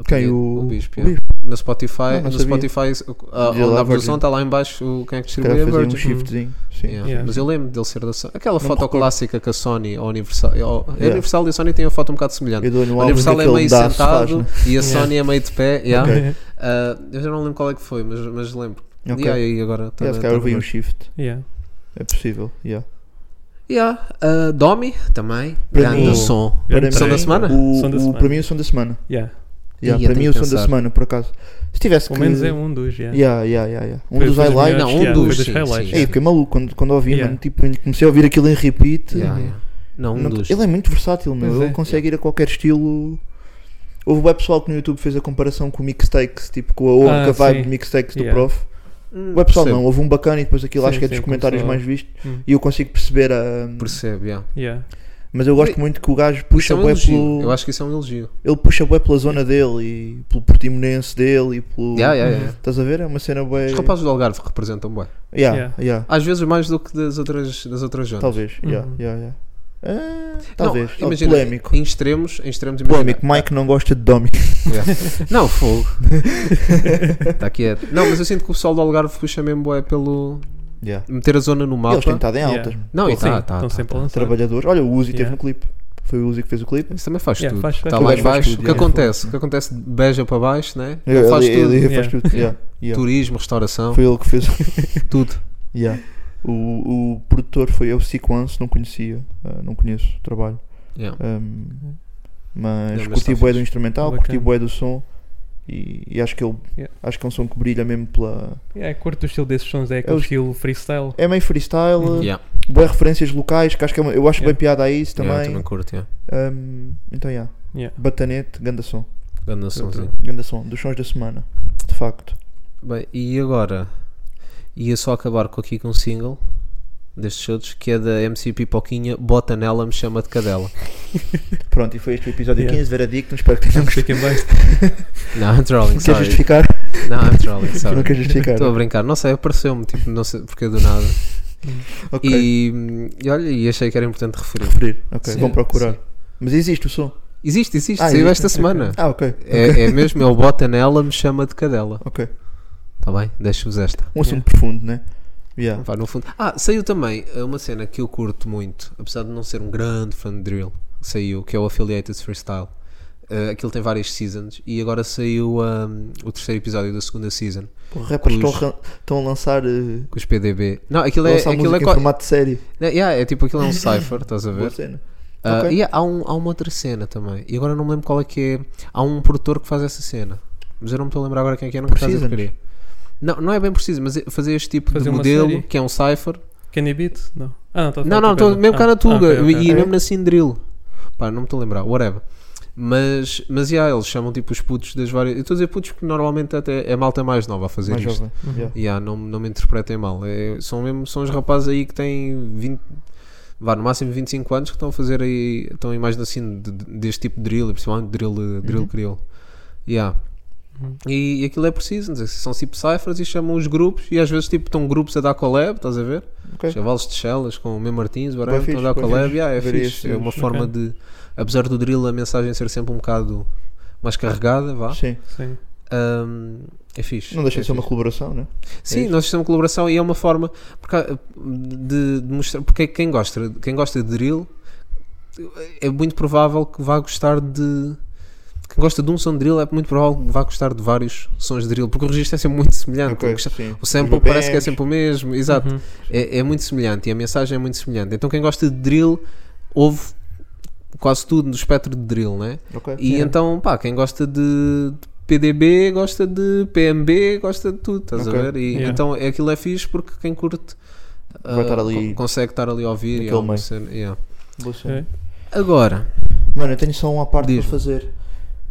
S6: Quem?
S7: Apanhei
S6: O,
S7: Bispo,
S6: o
S7: é. No Spotify,
S6: Não, não
S7: no
S6: sabia.
S7: Spotify, a,
S6: Dizia
S7: onde
S6: lá
S7: a
S6: Virgin.
S7: produção está lá em baixo, o- quem é que
S6: Se calhar
S7: distribui é a
S6: fazia
S8: hum.
S7: Virgin.
S6: um shiftzinho. Sim.
S7: Yeah.
S8: Yeah.
S7: Mas eu lembro dele ser da Sony. Aquela
S6: me
S7: foto
S6: recordo.
S7: clássica que a Sony ou a Universal. ou- A
S6: Yeah.
S7: Universal e a Sony têm uma foto um bocado semelhante.
S6: Eu dou-lhe um
S7: A
S6: álbum
S7: Universal é
S6: daquele
S7: meio
S6: dá-se, faz,
S7: sentado
S6: né?
S7: e a
S8: Yeah.
S7: Sony é meio de pé.
S8: <laughs>
S7: yeah.
S6: Ok.
S7: Ah, eu já não lembro qual é que foi, mas, mas lembro.
S6: Ok.
S7: Yeah, e aí agora tá
S6: Yeah,
S7: na-
S6: se
S7: tá
S6: calhar
S7: na
S6: eu vi um
S7: Virgin.
S6: shift.
S8: Yeah.
S6: É possível. Yeah.
S7: Yeah. ah, Domi também.
S6: Para
S7: Grande
S6: mim-
S7: som.
S8: Grande
S7: Som
S8: som.
S7: da semana?
S6: O,
S8: Som da
S6: o-
S8: semana.
S6: Para mim, o som da semana.
S8: Yeah.
S6: Yeah,
S7: Ia,
S6: para mim,
S7: tenho
S6: o
S7: que
S6: som da
S7: pensar.
S6: semana, por acaso. Se tivesse
S8: Pelo
S6: que.
S8: menos é um dos, yeah.
S6: Yeah, yeah, yeah, yeah. Um
S8: Foi-
S6: dos
S8: foi melhores,
S6: highlights.
S7: Não, um
S8: yeah,
S7: dos,
S8: foi
S7: sim,
S8: highlights.
S7: sim,
S6: Ei, eu
S7: sim.
S6: fiquei maluco quando, quando ouvi,
S8: Yeah.
S6: mano. Tipo, comecei a ouvir aquilo em repeat.
S7: Yeah, yeah. Não, um
S6: Não-
S7: dos.
S6: ele é muito versátil, meu.
S8: Pois
S6: ele
S8: é.
S6: consegue ir a qualquer estilo. Houve web pessoal que no YouTube fez a comparação com o mixtakes, tipo com a única
S8: Ah,
S6: vibe
S8: sim.
S6: de mixtakes do
S8: Yeah.
S6: prof.
S7: Hum,
S6: O web pessoal
S7: percebo,
S6: não, houve um bacana e depois aquilo
S8: Sim,
S6: acho que é
S8: sim,
S6: dos comentários
S8: começou a-
S6: mais vistos
S8: Hum.
S6: e eu consigo perceber a.
S7: Percebo, yeah.
S8: Yeah.
S6: Mas eu gosto muito que o gajo
S7: Isso
S6: puxa
S7: é um
S6: bué
S7: elogio. Eu
S6: pelo.
S7: acho que isso é um elogio.
S6: Ele puxa bué pela
S8: É.
S6: zona dele e pelo portimonense dele e pelo.
S7: Yeah, yeah, yeah.
S6: Estás a ver? É uma cena bué.
S7: Os rapazes do Algarve representam bem.
S6: Yeah,
S8: Yeah.
S6: yeah.
S7: Às vezes mais do que das outras, das outras zonas.
S6: Talvez. Yeah,
S8: Uhum.
S6: yeah, yeah. Ah,
S7: Não,
S6: talvez. Tal-
S7: imagina,
S6: polémico.
S7: Em extremos, em extremos imagina-
S6: Polémico. Mike não gosta de Domi.
S7: Yeah. Não, <laughs> fogo. Está Tá quieto. Não, mas eu sinto que o pessoal do Algarve puxa mesmo é pelo
S6: Yeah.
S7: meter a zona no mapa.
S6: Eles têm estado em
S8: Yeah.
S6: altas.
S7: Não, e
S8: Sim,
S7: tá, tá,
S8: estão
S7: tá,
S8: sempre
S7: tá.
S8: a lançar.
S6: trabalhadores. Olha, o Uzi teve
S8: Yeah.
S6: no clipe. Foi o Uzi que fez o clipe.
S7: Isso também faz
S8: Yeah,
S7: tudo.
S8: faz-
S7: Está
S8: faz
S7: lá
S6: tudo.
S7: em baixo.
S6: Faz
S7: O
S6: tudo,
S7: que
S6: yeah.
S7: acontece? O que acontece? Beija para baixo, né?
S6: Ele,
S7: Ele faz
S6: ele-
S7: tudo.
S6: ele faz
S8: Yeah.
S6: tudo.
S7: <laughs>
S6: Yeah. Yeah.
S7: Turismo, restauração,
S6: Foi ele que fez. <laughs>
S7: tudo.
S6: yeah. o, o produtor foi eu, Sequence, não conhecia. ah, não conheço o trabalho.
S7: Yeah.
S6: Um,
S7: Não,
S6: mas
S7: mas
S6: curti
S7: tá
S6: bué do
S7: fixe.
S6: instrumental,
S8: Bacana.
S6: curti bué do som. E, e acho que ele
S8: Yeah.
S6: acho que é um som que brilha mesmo pela.
S8: Yeah, curto o estilo desses sons, é
S6: É
S8: aquele
S6: o-
S8: estilo
S7: <laughs>
S8: freestyle.
S6: É meio freestyle,
S8: Uhum.
S7: Yeah.
S6: boas referências locais, que acho que é uma- eu acho
S8: Yeah.
S6: bem piada a isso também.
S7: Yeah, eu também curto, yeah.
S6: Um, então, yeah.
S8: Yeah.
S6: Batanete, ganda som.
S7: Grande açãozinho.
S6: Ganda som, dos sons da semana. De facto.
S7: Bem, e agora? Ia só acabar com aqui com um single destes todos que é da MC Pipoquinha, Bota Nela, Me Chama de Cadela.
S6: Pronto, e foi este o episódio
S8: Yeah.
S6: 15, veradicto. Espero que tenham
S7: Tá
S6: <laughs> gostado.
S8: Fiquem bem.
S7: Não, I'm trolling,
S6: Quer
S7: sorry.
S6: justificar?
S7: Não, I'm
S6: <laughs>
S7: trolling,
S6: Não
S7: sorry.
S6: quer justificar.
S7: Estou a brincar, não sei, apareceu-me, tipo, não sei porque do nada.
S6: Ok.
S7: E, hum, e olha, e achei que era importante referir.
S6: Referir. Ok,
S7: Sim,
S6: vão procurar. Mas existe o som.
S7: Existe, existe,
S6: Ah,
S7: saiu
S6: existe,
S7: esta semana.
S6: Ah, ok.
S7: É, é mesmo, é o Bota Nela, Me Chama de Cadela.
S6: Ok.
S7: Está bem? Deixo-vos esta.
S6: Um assunto profundo, né? Yeah.
S7: Vai, no fundo. Ah, saiu também eh, uma cena que eu curto muito, apesar de não ser um grande fã de drill, saiu, que é o Affiliated Freestyle. Eh, aquilo tem várias seasons e agora saiu ahm, o terceiro episódio da segunda season
S6: Pô, rappers
S7: Cujo-
S6: estão a, ran- estão a lançar. Uh,
S7: com os PDB. Não, aquilo é,
S6: lançar
S7: aquilo
S6: música
S7: é,
S6: em
S7: co-
S6: formato de série.
S7: é, yeah, é tipo
S6: <laughs>
S7: aquilo é um cipher, estás a
S6: Boa
S7: ver?
S6: cena.
S7: Ah,
S6: Ok.
S7: E há, um- há uma outra cena também, e agora não me lembro qual é que é. Há um produtor que faz essa cena, mas eu não me estou a lembrar agora quem é que é, não me
S6: Por
S7: estás a
S6: seasons?
S7: Não, não é bem preciso, mas é fazer este tipo
S8: Fazer
S7: de
S8: uma
S7: modelo
S8: série?
S7: que é um cipher
S8: Kenny Beat? Não. Ah, não, estou a falar
S7: Não, não,
S8: outra
S7: tô,
S8: coisa.
S7: mesmo cá
S8: Ah,
S7: na Tuga
S8: ah, ok, ok.
S7: e mesmo na Cindril. Pá, não me estou a lembrar, whatever. Mas, mas yeah, eles chamam tipo os putos das várias. Eu estou a dizer putos porque normalmente até é malta mais nova a fazer
S6: Mais
S7: isto.
S6: jovem. Yeah.
S7: Yeah, não, não me interpretem mal. É, são, mesmo, são os rapazes aí que têm 20, vá, no máximo 25 anos que estão a fazer aí. estão aí mais assim de- de- deste tipo de drill, principalmente drill, eh, drill
S6: Uhum.
S7: crioulo. Yeah. E, e aquilo é preciso, não sei, são tipo ciphers e chamam os grupos, e às vezes tipo estão grupos a dar collab, estás a ver?
S6: Ok.
S7: Chavales de Chelas com o meu Martins, Barão,
S6: fixe,
S7: estão a dar
S6: bué
S7: collab,
S6: fixe.
S7: yeah, é
S6: Ver
S7: fixe.
S6: esses,
S7: É uma
S6: ok.
S7: forma de, apesar do drill, a mensagem ser sempre um bocado mais carregada, vá.
S6: Sim.
S8: Sim.
S7: ahm, é fixe.
S6: Não
S7: é
S6: deixa de ser uma
S7: fixe.
S6: colaboração, né?
S7: Sim,
S6: isto.
S7: nós estamos em colaboração e é uma forma porque, ah, de, de mostrar. Porque quem gosta, quem gosta de drill é muito provável que vá gostar de. Quem gosta de um som de drill é muito provável que vá gostar de vários sons de drill, porque o registro é sempre muito semelhante.
S6: Ok,
S7: O que-
S6: sim.
S7: O
S6: Os
S7: sample parece que é
S6: BPMs.
S7: sempre o mesmo, exato.
S8: Uhum.
S7: É, é muito semelhante e a mensagem é muito semelhante. Então quem gosta de drill ouve quase tudo no espectro de drill, né?
S6: Ok.
S7: E então, pá, quem gosta de de PDB, gosta de PMB, gosta de tudo, estás
S6: Ok.
S7: a ver? E,
S8: Yeah.
S7: Então é- aquilo é fixe porque quem curte
S6: Vai
S7: ah,
S6: estar ali
S7: con- consegue estar ali a ouvir e
S6: naquele
S7: há uma
S6: meio.
S7: cena- yeah.
S6: Boa cena.
S7: Agora,
S6: Mano, eu tenho só uma parte
S7: Diz-me.
S6: para fazer.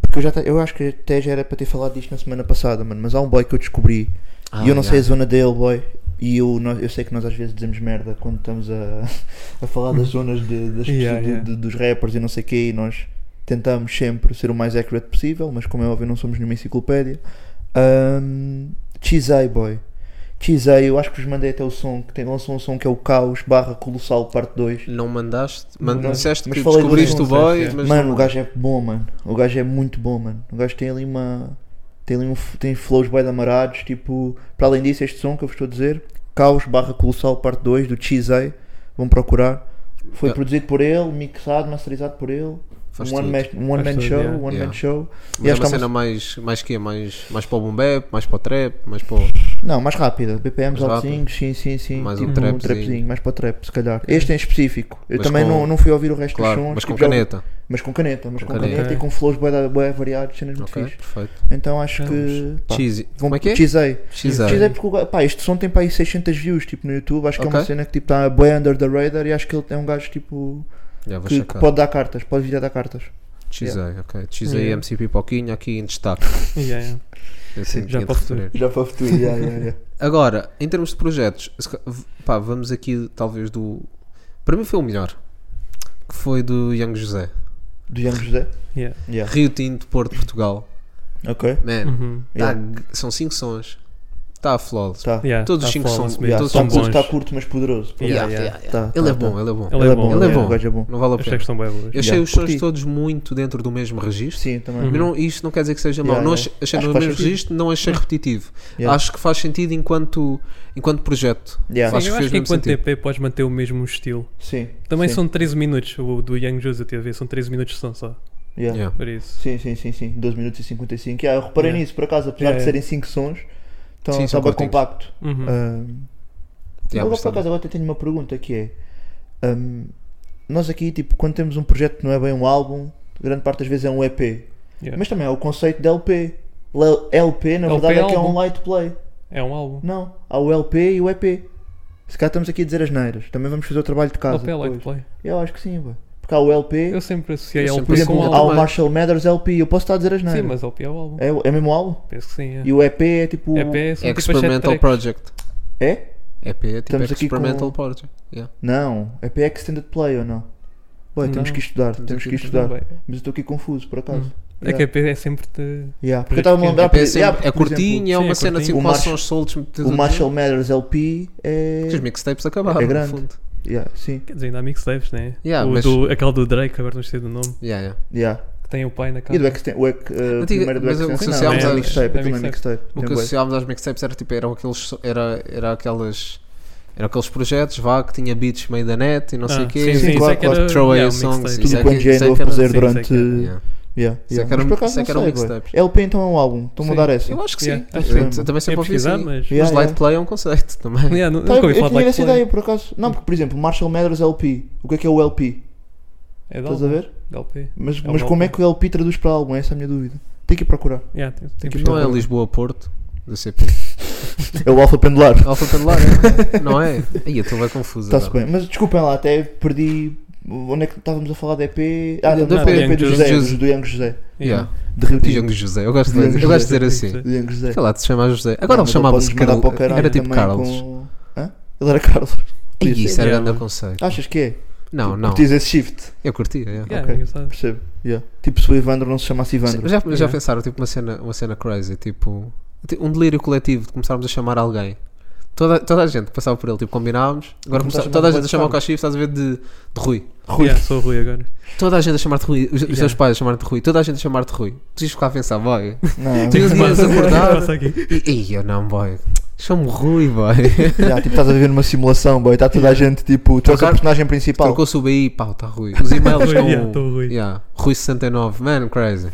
S6: Porque eu, já te- eu acho que até já era para ter falado disto na semana passada, mano. Mas há um boy que eu descobri.
S7: Ah,
S6: e eu não
S7: já.
S6: sei a zona dele, boy. E eu, nó- eu sei que nós às vezes dizemos merda quando estamos a, <laughs> a falar das zonas de- das pessoas-
S8: Yeah,
S6: de-
S8: yeah.
S6: de- dos rappers e não sei o quê. E nós tentamos sempre ser o mais accurate possível. Mas como é óbvio, não somos nenhuma enciclopédia. Ahm, Chizai, boy. Chizai, eu acho que vos mandei até o som. que tem, Lançou um som que é o Caos barra Colossal parte 2.
S7: não mandaste, man,
S6: Não,
S7: disseste
S6: mas
S7: que
S6: falei do
S7: descobriste o
S6: assunto,
S7: boy,
S8: é.
S7: mas
S6: Mano,
S7: não-
S6: o gajo é bom, mano. O gajo é muito bom, mano. O gajo tem ali uma. Tem ali um. f- Tem flows bem amarados. Tipo, para além disso, este som que eu vos estou a dizer, Caos barra Colossal parte 2 do Chizei. Vão procurar. Foi
S7: Ah.
S6: produzido por ele, mixado, masterizado por ele.
S7: Faz
S6: um one,
S7: tudo.
S6: man, um one
S8: Faz
S6: man
S8: tudo,
S6: show.
S8: yeah.
S6: One
S7: Yeah.
S6: man show.
S7: mas é
S6: acho que
S7: uma
S6: há uma-
S7: cena mais, mais que é, mais, mais para o boom bap, mais para o trap, mais para o...
S6: Não, mais rápida. BPMs
S7: Mais
S6: altinhos, sim, sim, sim.
S7: Mais um
S6: tipo,
S7: trapzinho.
S6: mais para o trap, se calhar. Este em específico. Eu
S7: Mas
S6: também
S7: com-
S6: não, não fui ouvir o resto
S7: Claro,
S6: dos sons.
S7: mas com
S6: tipo, já ouvi-
S7: caneta.
S6: Mas com caneta, mas com,
S7: caneta.
S6: caneta e com flows bem variados, cenas muito
S7: Ok,
S6: fixe.
S7: perfeito.
S6: Então acho que. Pá,
S7: Cheesy.
S6: vão,
S7: Como é que é?
S6: Cheesei.
S7: Cheesei.
S6: Cheesei porque o ga- pá, este som tem para aí 600 views tipo, no YouTube. Acho que é uma
S7: Ok.
S6: cena que tipo, está bem under the radar e acho que ele é um gajo tipo,
S7: Já vou
S6: que, que
S7: checar.
S6: pode dar cartas, pode vir a dar cartas.
S7: Cheesei, ok. Cheesei
S8: Yeah.
S7: MC Pipoquinha aqui em destaque.
S8: Yeah, yeah.
S7: Eu tenho
S8: já
S7: que é
S8: para o futuro.
S7: referir.
S6: Já para o futuro, yeah, yeah, yeah.
S7: Agora, em termos de projetos, se ca- v- pá, vamos aqui talvez do. Para mim foi o melhor. Que foi do Young José.
S6: Do Ian José?
S8: Yeah.
S6: Yeah.
S7: Rio Tinto, Porto, Portugal.
S6: Ok.
S7: Man,
S8: Uhum.
S7: tá
S6: Hum. Yeah.
S7: g- são 5 sons. Está a flawless.
S6: Tá.
S8: Yeah,
S7: Todos os
S8: tá
S7: cinco
S8: flawless
S7: são-
S8: mesmo,
S6: Yeah,
S8: todos
S6: tá
S8: são bons.
S6: curto, tá curto, mas poderoso.
S8: Yeah,
S7: Yeah,
S8: yeah.
S7: yeah, yeah.
S6: Tá,
S7: Ele
S6: tá,
S7: é bom,
S6: tá.
S7: ele é bom.
S8: Ele é bom,
S7: Ele é
S6: O
S7: bom.
S6: gajo é bom.
S7: Não vale a
S8: Os
S7: pena.
S8: textos são bem bons.
S7: Eu achei
S6: Yeah,
S7: os sons
S6: curti.
S7: todos muito dentro do mesmo registro.
S6: Sim, também.
S7: Eu não- isto não quer dizer que seja mau.
S6: Yeah,
S7: não
S6: yeah.
S7: achei, achei
S6: Acho
S7: no
S6: que faz
S7: mesmo
S6: sentido. Hum.
S7: registro, não achei repetitivo.
S6: Yeah.
S7: Acho que faz sentido enquanto, enquanto projeto.
S6: Yeah.
S7: Faz-
S8: Sim, eu
S7: fez
S8: acho que
S7: mesmo
S8: enquanto
S7: sentido.
S8: EP podes manter o mesmo estilo.
S6: Sim.
S8: Também
S6: sim.
S8: são 13 minutos, o do Young Jose, eu tive a ver, são 13 minutos de som só.
S6: Yeah.
S7: Yeah.
S8: Por isso.
S6: Sim, sim, sim, sim. 12 minutos e 55. Yeah, eu reparei
S8: Yeah.
S6: nisso, por acaso, apesar
S8: Yeah,
S6: de
S8: yeah.
S6: serem 5 sons, então
S7: Sim, são
S6: estava
S7: curtinhos.
S6: compacto.
S8: Uhum.
S6: Ahm,
S7: Yeah,
S6: agora,
S7: mas
S6: por
S7: tá bom.
S6: acaso, agora até tenho uma pergunta que é: hum, nós aqui, tipo, quando temos um projeto que não é bem um álbum, grande parte das vezes é um EP,
S8: Yeah.
S6: mas também é o conceito de LP. L- LP, na
S8: LP
S6: verdade, é que é
S8: álbum.
S6: um light play.
S8: É um álbum.
S6: Não, há o LP e o EP. Se cá estamos aqui a dizer as neiras, também vamos fazer o trabalho
S7: Tá,
S6: de casa.
S8: LP é Light
S6: depois.
S8: Play.
S6: Eu acho que sim, ué. porque há o LP,
S8: Eu sempre associei LP
S7: Eu sempre
S6: por
S7: pensei
S8: com
S6: exemplo,
S7: um
S8: álbum.
S6: há o
S7: álbum.
S6: Marshall Mathers LP. Eu posso estar a dizer as
S8: Sim,
S6: neiras.
S8: mas LP é o álbum.
S6: É, é mesmo álbum?
S8: Penso que sim, é.
S6: E o EP é tipo.
S8: EP são
S7: É
S8: tipo as
S7: Experimental
S8: sete tracks.
S7: Project.
S6: É?
S7: EP é tipo
S6: Estamos aqui
S7: Experimental
S6: com-
S7: Project. Yeah.
S6: Não, EP é extended play ou não? Ué, temos
S8: Não.
S6: que estudar,
S7: Temos
S6: temos que
S7: aqui que
S6: estudar.
S8: Também.
S6: Mas eu estou aqui confuso, por acaso.
S8: É que EP é sempre de...
S6: Yeah, porque eu
S8: Projeto
S6: estava a lembrar
S7: EP é,
S6: por- yeah,
S7: sempre, é
S6: por exemplo,
S7: curtinho, um é
S8: Sim,
S7: uma
S8: é
S7: cena
S8: curtinho.
S7: assim,
S6: O
S7: quase
S6: Marshall-
S7: são os soltos.
S6: O Marshall Mathers LP é.
S7: Os mixtapes acabaram,
S6: É
S7: no
S6: grande.
S7: fundo.
S6: Yeah, sim,
S8: Quer dizer, ainda há mixtapes, né?
S7: Yeah,
S8: o
S7: mas-
S8: do, aquele do Drake, agora não sei do nome,
S7: Yeah, yeah.
S6: yeah.
S8: que tem o pai na cara.
S6: E do Exten- o Ex- uh,
S7: Tá. Antiga-
S6: primeiro do
S7: mas o que
S6: Extension. Não,
S7: associámos
S6: é
S7: a-
S6: mixtape,
S8: é
S6: é também mixtape.
S7: O que
S6: Tem bué.
S7: associávamos às mixtapes era tipo, eram aqueles, era, era aquelas, era aqueles projetos, vá, que tinha beats meio da net e não sei o
S8: Ah,
S7: quê. Tipo,
S8: sim, sim,
S6: Sim,
S8: isso é
S6: claro,
S8: que era...
S7: claro. Throwaway
S8: yeah, o
S7: songs,
S8: mixtape.
S7: isso
S6: Tudo
S7: é
S6: quanto
S7: que-
S6: já andou a
S7: que era-
S6: fazer
S8: sim, isso é
S6: durante.
S8: que era-
S7: Yeah.
S6: Yeah,
S7: Isso é
S6: yeah.
S7: que era-
S6: Mas por acaso
S7: isso é
S6: não
S7: que eram
S6: sei, bué.
S7: mixtapes.
S6: LP então é um álbum, estou a
S8: Sim.
S6: mudar essa.
S7: Eu acho que
S8: Yeah,
S7: sim.
S8: acho
S7: Eu
S6: que sim.
S7: também sempre
S8: É
S7: ouvi assim.
S8: pesquisar,
S7: Mas
S8: mas...
S6: Yeah,
S7: light
S6: yeah.
S7: play é um conceito também.
S8: <laughs> Yeah, nu-
S6: Tá,
S8: nunca
S6: eu
S8: ouvi
S6: eu
S8: falar de
S6: tinha
S8: Light
S6: essa
S8: Play.
S6: ideia por acaso. Não, porque por exemplo, Marshall Mathers LP. O que é que é o LP?
S8: É de
S6: Estás a
S8: álbum,
S6: ver?
S8: de LP.
S6: Mas,
S8: É um
S6: mas como é
S8: álbum.
S6: que o LP traduz para álbum? Essa é a minha dúvida. Tem que ir
S7: <laughs>
S6: procurar.
S8: Yeah, tem- tem que
S7: Não é
S8: pesquisar.
S7: Lisboa-Porto, da CP.
S6: <laughs> É o Alfa Pendular.
S7: Alfa Pendular, é, não é? Aí eu estou bem confuso.
S6: Está-se
S7: agora.
S6: bem. Mas desculpem lá, até perdi. Onde é que estávamos a falar da EP? Ah,
S7: Do-
S6: estávamos a
S7: do
S6: falar da
S8: Young
S6: EP do
S8: José.
S6: José, do- do Young José.
S7: Yeah.
S6: De Rio Tinto.
S7: Young José, eu gosto de
S6: Young
S7: dizer, eu gosto de
S8: José.
S7: dizer assim.
S6: Do Young José. É,
S7: Sei lá, de se chamar José. Agora ele
S6: Mas
S7: chamava-se
S6: podes mandar
S7: Carlos.
S6: para o caralho
S7: Era tipo
S6: também
S7: Carlos.
S6: com- Hã? Ele era Carlos.
S7: Ei,
S6: Podia
S7: É isso
S6: ser.
S7: era
S8: Yeah, mano.
S7: grande conceito.
S6: Achas que é?
S7: Não, não.
S6: Curtis esse shift,
S7: Eu curtia. yeah.
S8: Yeah,
S6: Ok.
S8: engraçado.
S6: percebo. Yeah. Tipo se o Evandro não se chamasse Evandro.
S7: Já, já
S8: Yeah.
S7: pensaram, tipo, uma cena, uma cena crazy, tipo, ti- um delírio coletivo de começarmos a chamar alguém. Toda, toda a gente passava por ele, tipo, combinámos. Agora
S6: Começar
S7: começava,
S6: a chamar
S7: toda a gente
S6: de
S7: a
S6: Boa de
S7: chamar o
S6: Carlos.
S7: Cachif, estás a ver, de, de Rui.
S6: Rui.
S8: Yeah, sou o Rui agora.
S7: Toda a gente a chamar-te Rui, os, os teus
S8: Yeah.
S7: pais a chamar-te Rui, toda a gente a chamar-te Rui. Tu ias ficar a pensar, boy.
S6: Não,
S8: <laughs>
S7: Tu ias
S8: Passa-
S7: ias
S8: passa
S7: acordar.
S8: aqui.
S7: E, e eu não, boy. Chamo-me Rui, boy.
S6: já, tipo, estás a viver numa simulação, boy. Está toda a gente tipo. Tu és o
S7: Trocar-
S6: personagem principal.
S7: Trocou-se o BI, pau, está Rui. Os e-mails
S8: Rui, yeah,
S7: com.
S8: tô Rui.
S7: Yeah, Rui 69, man, crazy.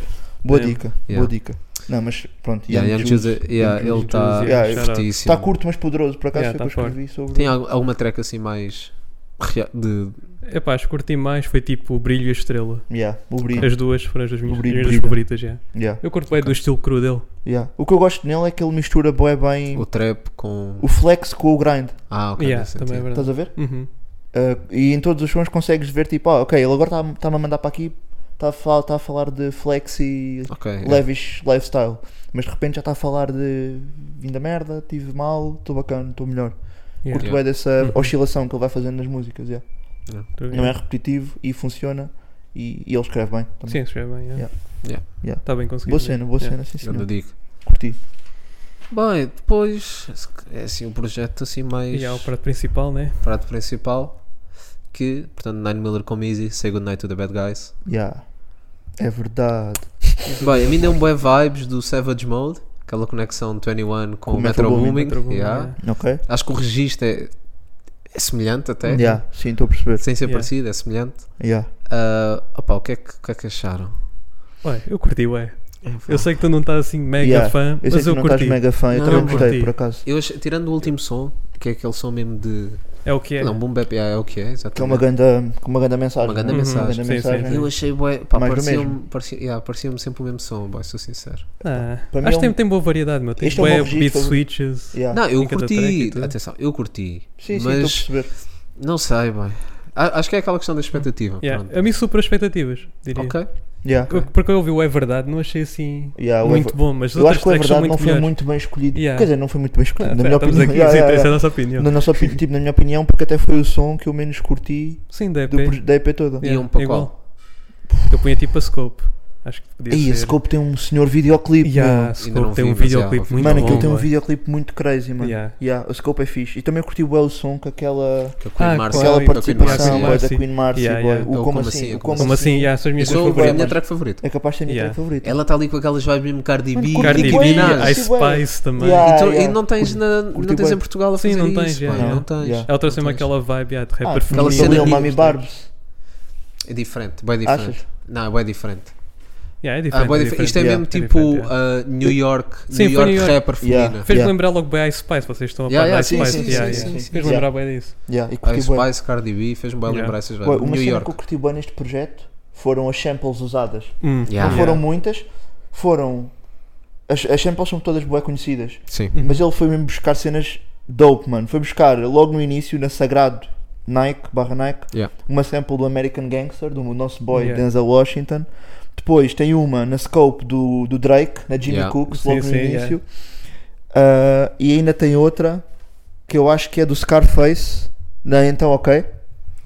S6: Boa
S8: Yeah.
S6: dica.
S7: Yeah.
S6: Boa dica. Não, mas pronto.
S7: Yeah, Young Juice, yeah,
S8: Young
S7: ele
S8: Juice,
S7: está
S6: yeah,
S8: shout out.
S7: fortíssimo.
S6: Está Tá curto, mas poderoso. Por acaso
S8: Yeah,
S6: foi o
S8: tá
S6: que eu escrevi sobre.
S7: Tem al- alguma track assim mais rea- de
S8: Epá, acho que curti mais foi tipo o Brilho e a Estrela.
S6: Yeah, o brilho.
S8: As duas foram as duas minhas,
S6: O Mm. Brilho
S8: minhas
S6: brilha.
S8: favoritas, já.
S6: Yeah,
S8: Eu curto bem do estilo cru dele.
S6: yeah. O que eu gosto nele é que ele mistura bué bem
S7: o trap com
S6: o flex com o grind.
S7: ah ok
S8: yeah,
S7: nesse
S8: também é
S7: sentido.
S8: verdade.
S6: Estás a ver?
S8: Uhum.
S6: Ah, e em todos os sons consegues ver tipo, ah, ok, ele agora está-me a mandar para aqui, está a, falar- tá a falar de flex e
S7: Ok. é.
S6: levish lifestyle, mas de repente já está a falar de vim da merda, estive mal, estou bacana, estou melhor.
S8: Yeah.
S6: Curto
S7: Yeah.
S6: bem dessa
S8: Uhum.
S6: oscilação que ele vai fazendo nas músicas, yeah.
S8: Tu-
S6: não é repetitivo e funciona e, e ele escreve bem.
S8: Sim,
S6: Também.
S8: isso é bem.
S6: Yeah.
S7: Yeah.
S6: Yeah.
S8: Está bem conseguido.
S6: boa cena, boa
S8: Yeah.
S6: cena, sim senhor.
S7: Grande dica.
S6: Curti.
S7: Bem, depois é assim um projeto assim mais
S8: E há o prato principal, né?
S7: prato principal que, portanto, Nine Miller com Easy, Say Goodnight to the Bad Guys.
S6: Yeah. É verdade.
S7: Bem, a mim deu um bué vibes do Savage Mode, aquela conexão de 21 com o Metro, Booming.
S8: Metro Booming,
S7: yeah.
S8: yeah.
S6: Ok?
S7: Acho que o registro é, é semelhante até,
S6: Yeah, sim, estou a perceber.
S7: sem ser
S8: Yeah.
S7: parecido, é semelhante.
S6: Yeah.
S7: Ah, opa, o que, é que, o que é que acharam?
S8: Ué, eu curti, ué. Eu sei que tu não estás assim mega
S6: Ah. Yeah.
S8: fã,
S6: Eu sei
S8: mas
S6: que
S8: eu
S6: não
S8: curti.
S6: estás mega fã, eu
S7: Não,
S6: também
S7: eu
S6: gostei,
S8: curti.
S6: por acaso.
S7: Eu acho- tirando o último som, que é aquele som mesmo de.
S8: É o que é.
S7: Não, Boom Bap, yeah, é o que é, exatamente.
S6: Que é uma grande, uma grande mensagem.
S7: Uma grande
S6: né?
S7: mensagem.
S6: grande
S8: Uhum. Sim, sim,
S6: mensagem.
S8: sim.
S7: Eu achei, bué, pá,
S6: Mais do
S7: parecia-me
S6: mesmo.
S7: parecia, yeah, parecia-me sempre o mesmo som, boy, sou sincero.
S8: Ah,
S6: Para mim
S8: acho
S6: é
S8: que tem,
S6: um-
S8: tem boa variedade, meu. Tem
S6: Este é um
S8: bué
S6: bom registro,
S8: beat
S6: eu-
S8: switches.
S6: Yeah.
S7: Não, eu
S8: Em cada track e
S7: curti,
S8: tudo.
S7: atenção, eu curti,
S6: Sim, sim, estou a
S7: mas
S6: perceber.
S7: não sei, boy. A- Acho que é aquela questão da expectativa.
S8: Yeah.
S7: pronto.
S8: A mim supera expectativas, diria.
S7: Ok.
S6: Yeah.
S8: Eu- Porque eu ouvi o É Verdade, não achei assim
S6: Yeah, Ah, o
S8: muito
S6: Ever-
S8: bom, mas os
S6: Eu acho
S8: outros
S6: que a
S8: tracks são
S6: verdade não
S8: muito
S6: foi
S8: melhores.
S6: muito bem escolhido.
S8: Yeah.
S6: Quer dizer, não foi muito bem escolhido,
S8: Ah,
S6: na minha
S8: estamos
S6: opinião.
S8: aqui,
S6: Yeah,
S8: isso
S6: yeah,
S8: interessa a
S6: yeah.
S8: nossa opinião.
S6: Na nossa opinião, tipo, na minha opinião, porque até foi o som que eu menos curti
S8: Sim, da EP.
S6: do, pro- da EP toda.
S7: E um para
S8: igual. Eu punha tipo a Scope. Acho que podia
S6: Ei,
S8: ser.
S6: a Scope tem um senhor videoclipe,
S8: Yeah,
S6: mano.
S8: a
S7: Ainda não
S8: Scope tem um
S7: vi, mas já
S8: videoclipe
S7: ouvi
S8: muito
S6: Mano,
S8: bom.
S6: aquilo tem um
S8: bué.
S6: videoclipe muito crazy, mano.
S8: Yeah.
S6: Yeah, a Scope é fixe. E também curti o o som com aquela,
S7: Que a Queen
S8: Ah,
S7: Marcy-
S8: claro.
S6: aquela
S7: que a Queen Marcy,
S6: participação
S8: Queen
S6: boy, da
S8: Marcy.
S6: Queen Marcy.
S8: Yeah,
S6: boy.
S8: yeah.
S7: É o
S6: O como
S7: é? Como
S6: assim,
S7: Assim,
S6: o como
S8: Como assim,
S6: assim.
S8: yeah, são as minhas
S7: Isso
S8: duas
S7: é o- foi a minha
S8: favoritas.
S7: track favorita.
S6: É capaz de ser a minha
S8: Yeah.
S6: track favorita.
S7: Ela está ali com aquelas vibes mesmo Cardi B,
S6: Mano,
S8: Cardi
S6: Curti
S8: B,
S6: bué,
S7: Minaj. Então,
S8: Ice
S6: curti bué.
S8: Spice também.
S6: Ah, Yeah.
S7: E, tu- e não tens,
S6: curti-
S7: na, não
S6: curti
S7: tens
S6: bué.
S7: em Portugal a
S8: Sim,
S7: fazer
S8: não tens,
S7: isso,
S8: yeah,
S7: mano,
S6: yeah.
S7: não tens.
S6: Yeah.
S8: Ela trouxe
S7: não
S8: mesmo
S7: tens.
S8: aquela vibe yeah, de
S6: Ah,
S8: rapper
S7: aquela
S6: aquela
S7: cena
S8: feminino.
S6: cena
S7: de-
S6: Mami Barbs.
S7: É diferente, bem diferente.
S6: Achas?
S7: Não, é bem diferente.
S8: Yeah, é
S7: Ah,
S8: diferente,
S7: bué
S8: é
S7: dife-
S8: diferente.
S7: Isto é
S6: yeah.
S7: mesmo
S8: É
S7: tipo
S8: diferente,
S7: ah, New York,
S8: Sim,
S7: New
S8: foi
S7: York
S8: New York.
S7: rapper né?
S6: Yeah.
S7: feminina.
S8: Fez-me
S6: Yeah.
S8: lembrar logo bem Ice Spice, vocês estão a
S7: Yeah,
S8: par da
S7: yeah,
S8: Ice
S7: sim,
S8: Spice.
S7: sim,
S8: yeah,
S7: sim,
S8: yeah.
S7: sim,
S8: Fez-me
S6: sim.
S8: lembrar bem
S7: Ah,
S8: disso.
S6: Yeah, e
S7: Ice
S6: curti bué.
S7: Spice, Cardi B, fez-me bem
S8: Yeah.
S7: lembrar essas
S6: Ué,
S7: vibes.
S6: Uma
S7: New
S6: cena
S7: York.
S6: que eu curti bem neste projeto foram as samples usadas.
S8: Hum,
S7: Yeah.
S6: Não foram muitas, foram. As, as samples são todas bué conhecidas,
S7: Sim.
S6: mas ele foi mesmo buscar cenas dope, mano. Foi buscar logo no início, na Sagrado Nike, barra Nike,
S7: Yeah.
S6: uma sample do American Gangster, do nosso boy
S8: Yeah.
S6: Denzel Washington. Depois tem uma na Scope do, do Drake, na Jimmy
S7: Yeah.
S6: Cooks,
S8: Sim,
S6: logo
S8: sim,
S6: no
S8: yeah.
S6: início. Ah, e ainda tem outra que eu acho que é do Scarface, na Então Ok.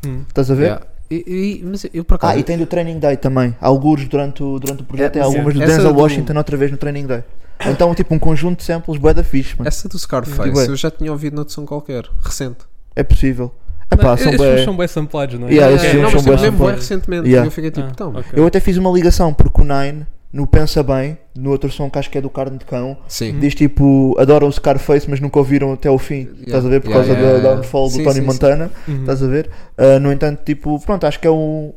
S8: Hum.
S6: Estás a ver?
S7: Yeah. E, e- mas eu por acaso.
S6: Ah, e tem do Training Day também. Alguns durante o, durante o projeto,
S7: É,
S6: é, algumas do
S7: essa
S6: Denzel
S7: do-
S6: Washington, outra vez no Training Day. Então, tipo, um conjunto de samples bué da fixe, mano.
S7: Essa do Scarface,
S6: Tipo, é.
S7: eu já tinha ouvido noutro som qualquer, recente.
S6: É possível. Epá,
S8: Não,
S6: são
S8: Estes
S6: bué-
S8: filmes são bem samplados, não é?
S6: Yeah, Ah, esses
S7: É,
S6: filmes
S7: não,
S6: são
S7: mas
S6: bué
S7: tipo, mesmo bué
S8: samplados.
S7: recentemente.
S6: Yeah.
S7: Eu fiquei tipo,
S8: Ah,
S7: então.
S8: ok.
S6: Eu até fiz uma ligação, porque o Nine, no Pensa Bem, no outro som que acho que é do Carne de Cão,
S7: Sim.
S6: diz tipo, adoram o Scarface, mas nunca ouviram até o fim. Estás a ver? Por
S7: yeah,
S6: causa
S7: yeah,
S6: da
S7: yeah.
S6: downfall
S7: Sim,
S6: do Tony
S7: sim, sim.
S6: Montana.
S8: Uhum.
S6: Estás a ver? Ah, no entanto, tipo, pronto, acho que é o.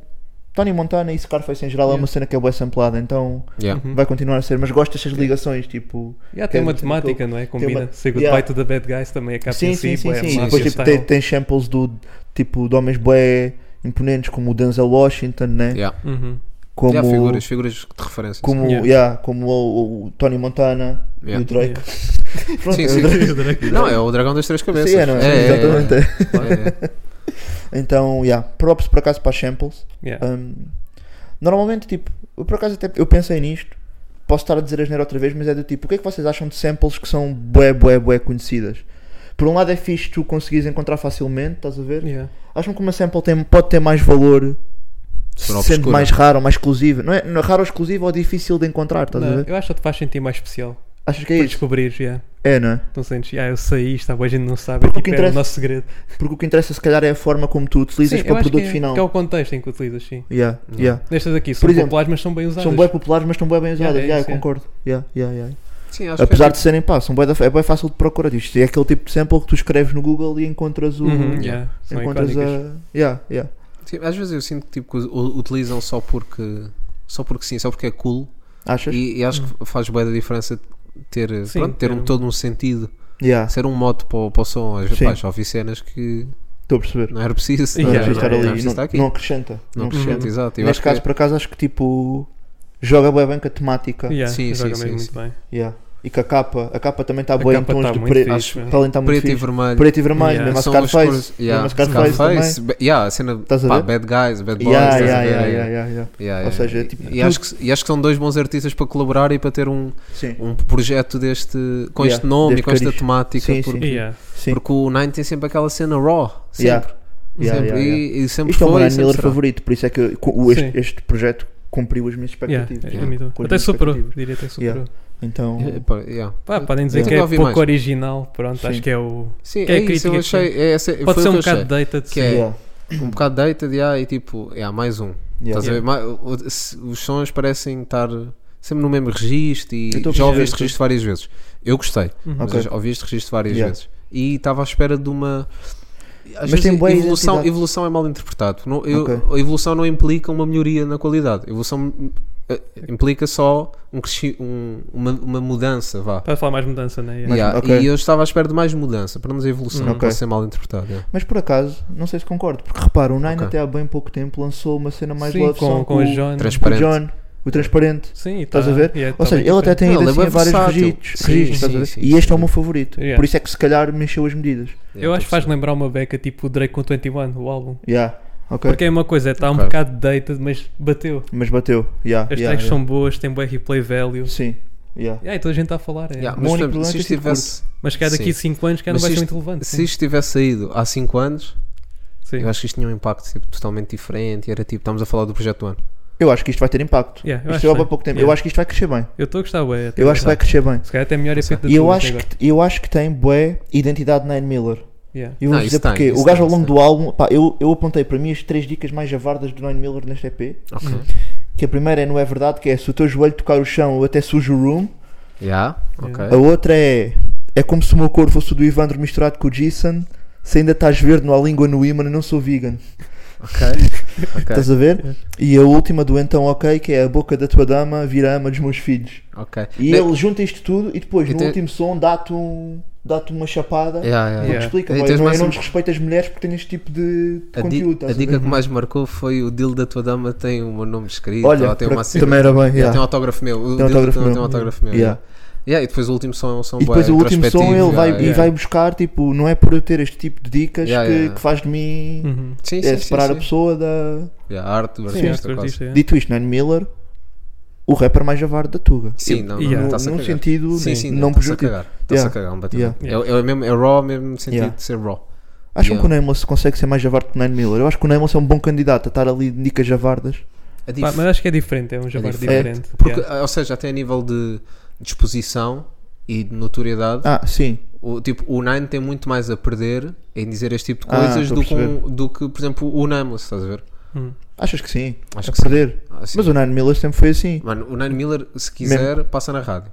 S6: Tony Montana e Scarface em geral é
S8: Yeah.
S6: uma cena que é bué samplada, então
S7: Yeah.
S8: Uhum.
S6: vai continuar a ser, mas gosto destas ligações, tipo.
S8: Yeah, tem uma
S6: Tem uma-
S8: temática, não é? Combina.
S6: uma-
S8: Say
S6: Yeah.
S8: Goodbye to the Bad Guys também
S7: É um
S8: acaba
S6: Sim,
S8: em
S6: sim,
S8: si,
S6: sim,
S8: bué
S6: sim.
S7: sim,
S6: E
S8: mafia
S6: Depois tipo,
S8: style.
S6: tem, tem samples do, tipo, de homens bué imponentes como o Denzel Washington, né?
S7: Yeah.
S8: Uhum.
S6: Como,
S7: Yeah, figuras, figuras de referência.
S6: como,
S8: Yeah.
S6: yeah. como o, o Tony Montana
S7: Yeah.
S6: e o Drake.
S8: Yeah.
S6: <laughs> Pronto,
S7: Sim,
S6: o
S7: sim.
S6: Drake.
S7: Não, é o Dragão das Três Cabeças.
S6: Sim, é, não é? Exatamente.
S7: É, é.
S6: Então, yeah, props por acaso para as samples.
S8: Yeah.
S6: Um, normalmente, tipo, eu por acaso até eu pensei nisto. Posso estar a dizer a geneira outra vez, mas é do tipo, o que é que vocês acham de samples que são bué, bué, bué conhecidas? Por um lado é fixe tu conseguires encontrar facilmente, estás a ver?
S8: Yeah.
S6: Acham que uma sample tem- pode ter mais valor
S7: For
S6: sendo
S7: obscura.
S6: mais raro, mais exclusivo? Não é não é raro ou exclusivo ou difícil de encontrar, estás a
S8: Não,
S6: ver?
S8: eu acho que te faz sentir mais especial.
S6: Achas que é
S8: Por
S6: isso?
S8: descobrir, yeah.
S6: É, não é?
S8: Não sentes, ah, eu sei isto, a gente não sabe,
S6: Porque o
S8: tipo,
S6: que
S8: é o
S6: interessa-
S8: nosso segredo.
S6: Porque o que interessa se calhar é a forma como tu utilizas
S8: Sim, eu
S6: para o
S8: acho que
S6: produto
S8: é-
S6: final.
S8: Que é o contexto em que utilizas, sim.
S6: Yeah, yeah.
S8: Nestas aqui são
S6: Por exemplo,
S8: populares, mas são bem usadas.
S6: São bem populares, mas estão bem, bem usadas.
S8: é
S6: Yeah,
S8: isso,
S6: eu
S8: é.
S6: concordo. Yeah, yeah, yeah. <laughs>
S7: Sim, acho que é
S6: Apesar de serem pá, são bué da- é bem fácil de procurar isto. É aquele tipo de sample que tu escreves no Google e encontras o.
S8: Uhum, yeah. São
S6: Encontras
S8: icónicas.
S6: a. Yeah, yeah.
S7: Sim, às vezes eu sinto que tipo, que u- utilizam só porque só porque sim, só porque é cool
S6: Achas?
S7: e, e acho que faz bem da diferença ter,
S8: Sim,
S7: pronto, ter
S8: ter
S7: um,
S8: um-
S7: todo um sentido,
S6: Yeah,
S7: ser um mote para, o- para o som. Às
S6: Sim.
S7: vezes já ouvi cenas que
S6: estou
S7: <laughs>
S6: a perceber.
S7: não era preciso,
S6: <laughs>
S8: Não
S7: não
S8: era
S7: era
S6: Não,
S8: preciso
S7: preciso
S6: estar
S7: não era
S6: ali,
S7: preciso
S6: não-
S7: estar aqui.
S6: não acrescenta.
S7: Não
S6: Não
S7: acrescenta,
S6: acrescenta.
S7: exato. Eu
S6: Neste
S7: acho que é
S6: caso, por acaso, acho que tipo. Joga bem bem com a temática.
S8: Yeah,
S7: Sim,
S8: joga
S7: sim,
S8: mesmo
S7: sim,
S8: muito bem.
S6: Yeah. E que a capa, a capa também está
S8: A
S6: boa em
S8: capa
S6: tons
S8: tá
S6: de
S8: muito
S6: preto.
S8: fixe,
S6: Acho-
S8: man.
S6: Para além está muito
S7: Preto e
S6: fixe.
S7: vermelho.
S6: Preto e vermelho,
S8: Yeah.
S6: mesmo a
S7: São as cores-
S6: Scarface.
S7: yeah,
S6: Mesmo a Scarface também.
S7: ba- yeah, a cena
S6: Estás a
S7: pá,
S6: ver?
S7: bad guys, bad boys.
S6: Yeah,
S7: estás a
S6: yeah,
S7: ver?
S6: yeah, yeah, yeah, yeah.
S7: Yeah, yeah.
S6: Ou seja,
S7: E-
S6: tipo,
S7: e, acho que, e acho que são dois bons artistas para colaborar e para ter um,
S6: Sim,
S7: um projeto deste com
S6: Yeah,
S7: este nome e
S6: deste
S7: com esta
S6: cariz.
S7: temática.
S6: Sim,
S7: porque,
S8: Yeah.
S6: sim.
S7: porque o Nine tem sempre aquela cena raw. Sempre.
S6: Yeah. Yeah,
S7: sempre.
S6: yeah, yeah.
S7: E, e sempre
S6: Isto
S7: foi.
S6: é o meu
S7: e
S6: Ryan
S7: sempre
S6: Miller
S7: será.
S6: favorito, por isso é que eu- co- o- este,
S8: Sim.
S6: este projeto cumpriu as minhas
S8: Yeah,
S6: expectativas.
S8: é
S7: yeah.
S8: muito bom.
S6: Com as
S8: Até
S6: minhas
S8: superou,
S6: expectativas.
S8: diria até
S6: Yeah.
S8: superou.
S6: Então,
S7: É, pá, yeah.
S8: Pá, podem dizer
S7: Eu
S8: que é
S7: nunca ouvi
S8: pouco
S7: mais.
S8: original, pronto,
S6: Sim.
S8: acho que é o...
S7: Sim,
S8: Que é
S7: é,
S8: a
S7: isso. Eu
S8: crítica
S7: achei. É, essa,
S8: Pode
S7: foi
S8: ser
S7: o
S8: um
S7: que eu
S8: bocado dated,
S7: Que
S8: sim.
S7: é-
S6: yeah,
S7: achei. Um bocado dated, yeah, e tipo, yeah, mais um.
S6: yeah.
S7: Estás a ver? Ma- o- se- Os sons parecem estar sempre no mesmo registro e
S6: Eu tô a
S7: já ouvi
S6: perceber,
S7: este
S6: tô-
S7: registro várias vezes. Eu gostei,
S8: Uhum.
S7: mas
S6: Ok.
S7: eu já ouvi este registro várias
S6: Yeah.
S7: vezes e estava à espera de uma. Às é
S6: Mas tem boa
S7: evolução,
S6: identidade.
S7: evolução é mal interpretado. Não- eu-
S6: Ok.
S7: A evolução não implica uma melhoria na qualidade. A evolução hum, eh, implica só um cresci- um- uma, uma mudança, vá.
S8: Para falar mais mudança, né? Yeah.
S7: Yeah,
S6: ok.
S7: E eu estava à espera de mais mudança, para não dizer evolução,
S6: Hum,
S7: não
S6: ok.
S7: pode ser mal interpretado. yeah.
S6: Mas por acaso, não sei se concordo, porque repara, o Nine
S7: Ok.
S6: até há bem pouco tempo lançou uma cena mais
S8: Sim,
S6: love
S8: com,
S6: song
S8: com
S6: o,
S8: a Joana.
S7: Transpa-
S6: o
S7: Transparente.
S6: John, o transparente.
S8: Sim,
S6: Estás
S8: tá-
S6: a ver?
S8: yeah,
S6: Ou
S8: tá
S6: seja,
S8: bem
S6: ele até
S8: diferente.
S6: tem
S7: Não,
S6: ido
S7: ele é
S6: assim a vários
S7: versátil.
S6: registros,
S7: Sim,
S6: registros, estás
S7: sim,
S6: a ver?
S7: sim,
S6: e este
S7: sim.
S6: é o meu favorito.
S8: Yeah.
S6: Por isso é que se calhar mexeu as medidas.
S7: Yeah,
S8: Eu acho que
S7: tô a
S8: faz
S7: perceber.
S8: lembrar uma beca tipo Drake com 21, o álbum.
S6: Yeah, ok.
S8: Porque é uma coisa, está um
S7: Ok.
S8: bocado dated, mas bateu.
S6: Mas bateu. Yeah,
S8: As
S6: yeah,
S8: tracks
S6: yeah.
S8: são boas, tem bom replay value.
S6: Sim. Yeah.
S8: Yeah, e toda a gente está a falar. É.
S7: Yeah,
S6: O
S7: mas
S6: único
S7: por exemplo,
S6: lance
S7: se
S6: é
S7: isto
S6: tipo
S7: tivesse.
S8: Mas se calhar daqui a
S7: Sim.
S8: 5 anos, se calhar
S7: Mas
S8: não vai
S7: se
S8: ser
S7: isto-
S8: muito relevante.
S7: Se
S8: sim.
S7: isto tivesse saído há 5 anos,
S8: Sim.
S7: eu acho que isto tinha um impacto tipo, totalmente diferente. E era tipo, estamos a falar do projeto do ano.
S6: Eu acho que isto vai ter impacto.
S8: Yeah, eu
S6: isto
S8: acho
S6: é há
S8: bem.
S6: pouco tempo. Eu
S8: Yeah.
S6: acho que isto vai crescer bem.
S8: Eu estou a gostar, ué. até
S6: Eu acho que vai
S8: agora.
S6: crescer bem.
S8: Se calhar até melhor efeito da
S6: E eu
S8: tua
S6: acho,
S8: até
S6: que, eu acho que tem bué identidade Nine Miller.
S8: agora. Yeah.
S6: E eu
S7: Não,
S6: vou dizer
S7: isso tem,
S6: porquê.
S7: isso
S6: o gajo
S7: tem,
S6: ao longo
S7: isso
S6: do álbum, pá, eu, eu apontei para mim as três dicas mais javardas do Nine Miller neste EP.
S8: Uhum.
S6: Que a primeira é não é verdade, que é se o teu joelho tocar o chão eu até sujo o room.
S7: Yeah, ok.
S6: A outra é é como se o meu corpo fosse o do Ivandro misturado com o Jason. Se ainda estás verde, não há língua no ímã, eu não sou vegan.
S7: Ok. Ok.
S6: Estás a ver? E a última do então ok, que é a boca da tua dama vira a ama dos meus filhos.
S7: ok.
S6: E
S7: Ne-
S6: ele junta isto tudo e depois
S7: E
S6: no
S7: tem-
S6: último som dá-te um, dá-te uma chapada.
S7: Yeah, yeah,
S6: Porque
S7: yeah.
S8: Yeah.
S6: explica,
S7: É, E
S6: boy,
S7: tens
S6: não, é?
S7: mais
S6: eu não
S7: um-
S6: desrespeito as mulheres porque têm este tipo de, de
S7: A, di-
S6: conteúdo.
S7: a
S6: estás
S7: dica
S6: ver?
S7: que mais marcou foi o deal da tua dama tem o meu nome escrito.
S6: Olha,
S7: ou tem
S6: por
S7: uma
S6: ac-
S7: cena-
S6: também era bem.
S7: Yeah,
S6: yeah.
S7: Tem um autógrafo meu. O
S6: Tem um
S7: deal da
S6: autógrafo
S7: tua dama
S6: meu.
S7: tem um autógrafo meu.
S6: Yeah.
S7: yeah. Yeah, e depois o último som é um som
S6: E depois
S7: bué
S6: o último som
S7: introspectivo,
S6: ele vai,
S7: yeah,
S6: e
S7: yeah.
S6: vai buscar, tipo, não é por eu ter este tipo de dicas
S7: Yeah,
S6: que,
S7: yeah.
S6: que faz de mim
S8: Uhum.
S7: Sim,
S6: é,
S7: sim,
S6: separar
S7: sim,
S6: a
S7: sim.
S6: pessoa da.
S7: Yeah, a arte do
S8: Sim,
S7: artista,
S8: é
S7: quase.
S8: artista, yeah.
S6: Dito isto, Nine Miller, o rapper mais javardo da Tuga.
S7: Sim,
S6: Eu-
S7: não,
S8: Yeah.
S7: não,
S6: num-
S7: tá-se a
S6: num
S7: cagar.
S6: sentido
S7: Sim, sim,
S6: não
S7: está-se a
S6: prejudicial.
S7: cagar. Está-se a
S6: Yeah.
S7: cagar
S6: Yeah.
S7: completamente. É, é, mesmo, é raw, mesmo no sentido
S6: Yeah.
S7: de ser raw.
S6: Acham
S7: Yeah.
S6: que o Nameless consegue ser mais javardo que o Nine Miller? Eu acho que o Nameless é um bom candidato a estar ali de dicas javardas.
S7: A
S8: Pá,
S7: dif-
S8: mas acho que é diferente, é um jabar
S6: diferente.
S8: diferente.
S7: porque,
S8: Yeah.
S7: Ou seja, até a nível de disposição e de notoriedade,
S6: Ah, sim.
S7: o, tipo, o Nine tem muito mais a perder em dizer este tipo de
S6: Ah,
S7: coisas
S6: estou a
S7: do, que um-
S6: perceber.
S7: do que, por exemplo, o Nameless, estás a ver?
S8: Hum.
S6: Achas que sim?
S7: Acho
S6: a
S7: que sim.
S6: perder.
S7: Ah, sim.
S6: Mas o Nine Miller sempre foi assim.
S7: Mano, o Nine Miller, se quiser, passa na rádio.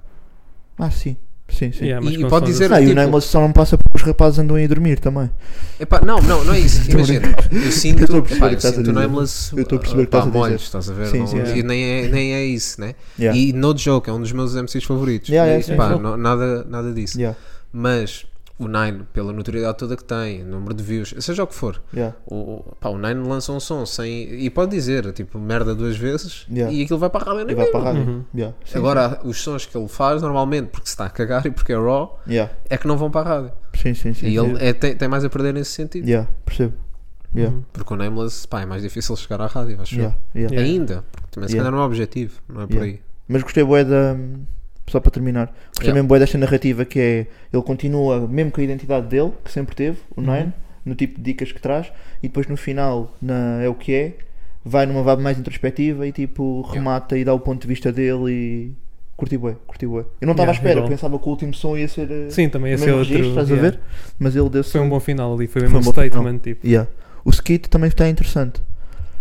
S6: Ah, sim. Sim, sim.
S8: Yeah, mas
S7: E
S8: com
S7: pode
S8: sons
S7: dizer-
S6: Ah, e o
S7: tipo-
S6: Nameless só não passa porque os rapazes andam aí a dormir também.
S7: Epá, não, não, não é isso.
S6: <laughs>
S7: Imagina, eu sinto,
S6: Eu estou a perceber
S7: epá,
S6: o que
S7: eu
S6: estás a
S7: sinto o
S6: dizer.
S7: Nameless
S6: Eu estou a perceber o que
S7: pá,
S6: estás a dizer.
S7: molhos, estás a ver?
S6: Sim,
S7: Não-
S6: sim,
S7: e nem é, nem é isso, né?
S6: Yeah.
S7: E No Joke é um dos meus MCs favoritos.
S6: Yeah, yeah,
S7: E,
S6: sim,
S7: pá,
S6: sim.
S7: não- nada, nada disso.
S6: Yeah,
S7: Mas o Nine, pela notoriedade toda que tem, número de views, seja o que for,
S6: yeah.
S7: o, o- pá, o Nine lança um som sem. E pode dizer, tipo, merda duas vezes
S6: Yeah.
S7: e aquilo vai para a rádio.
S6: E
S7: nem
S6: vai
S7: mesmo.
S6: para a rádio. Yeah, sim,
S7: Agora, os sons que ele faz, normalmente, porque se está a cagar e porque é raw,
S6: sim. Yeah.
S7: é que não vão para a rádio.
S6: Sim, sim, sim.
S7: e
S6: sim.
S7: ele é- tem, tem mais a perder nesse sentido.
S6: Yeah, percebo. Yeah,
S8: Uhum.
S7: Porque o Nameless, pá, é mais difícil chegar à rádio, acho eu.
S6: yeah, yeah.
S8: Yeah.
S7: Ainda, porque também se
S6: Yeah.
S7: calhar não é objetivo, não é por
S6: Yeah.
S7: aí.
S6: Mas gostei bué da. Só para terminar, gostei
S7: Yeah.
S6: mesmo bué desta narrativa que é ele continua mesmo com a identidade dele, que sempre teve, o
S8: Uhum.
S6: Nine, no tipo de dicas que traz, e depois no final na é o que é, vai numa vibe mais introspectiva e tipo remata e dá o ponto de vista dele e curti bué, curti bué. Eu não
S8: Yeah,
S6: estava à espera,
S8: igual.
S6: pensava que o último som ia ser eh,
S8: Sim, também
S6: o
S8: ia ser
S6: mesmo
S8: outro.
S6: registro, estás
S8: yeah.
S6: a ver? Mas ele deu
S8: Foi um bom final ali, foi mesmo
S6: Foi
S8: um
S6: um bom final.
S8: statement, tipo.
S6: Yeah. O skit também está interessante.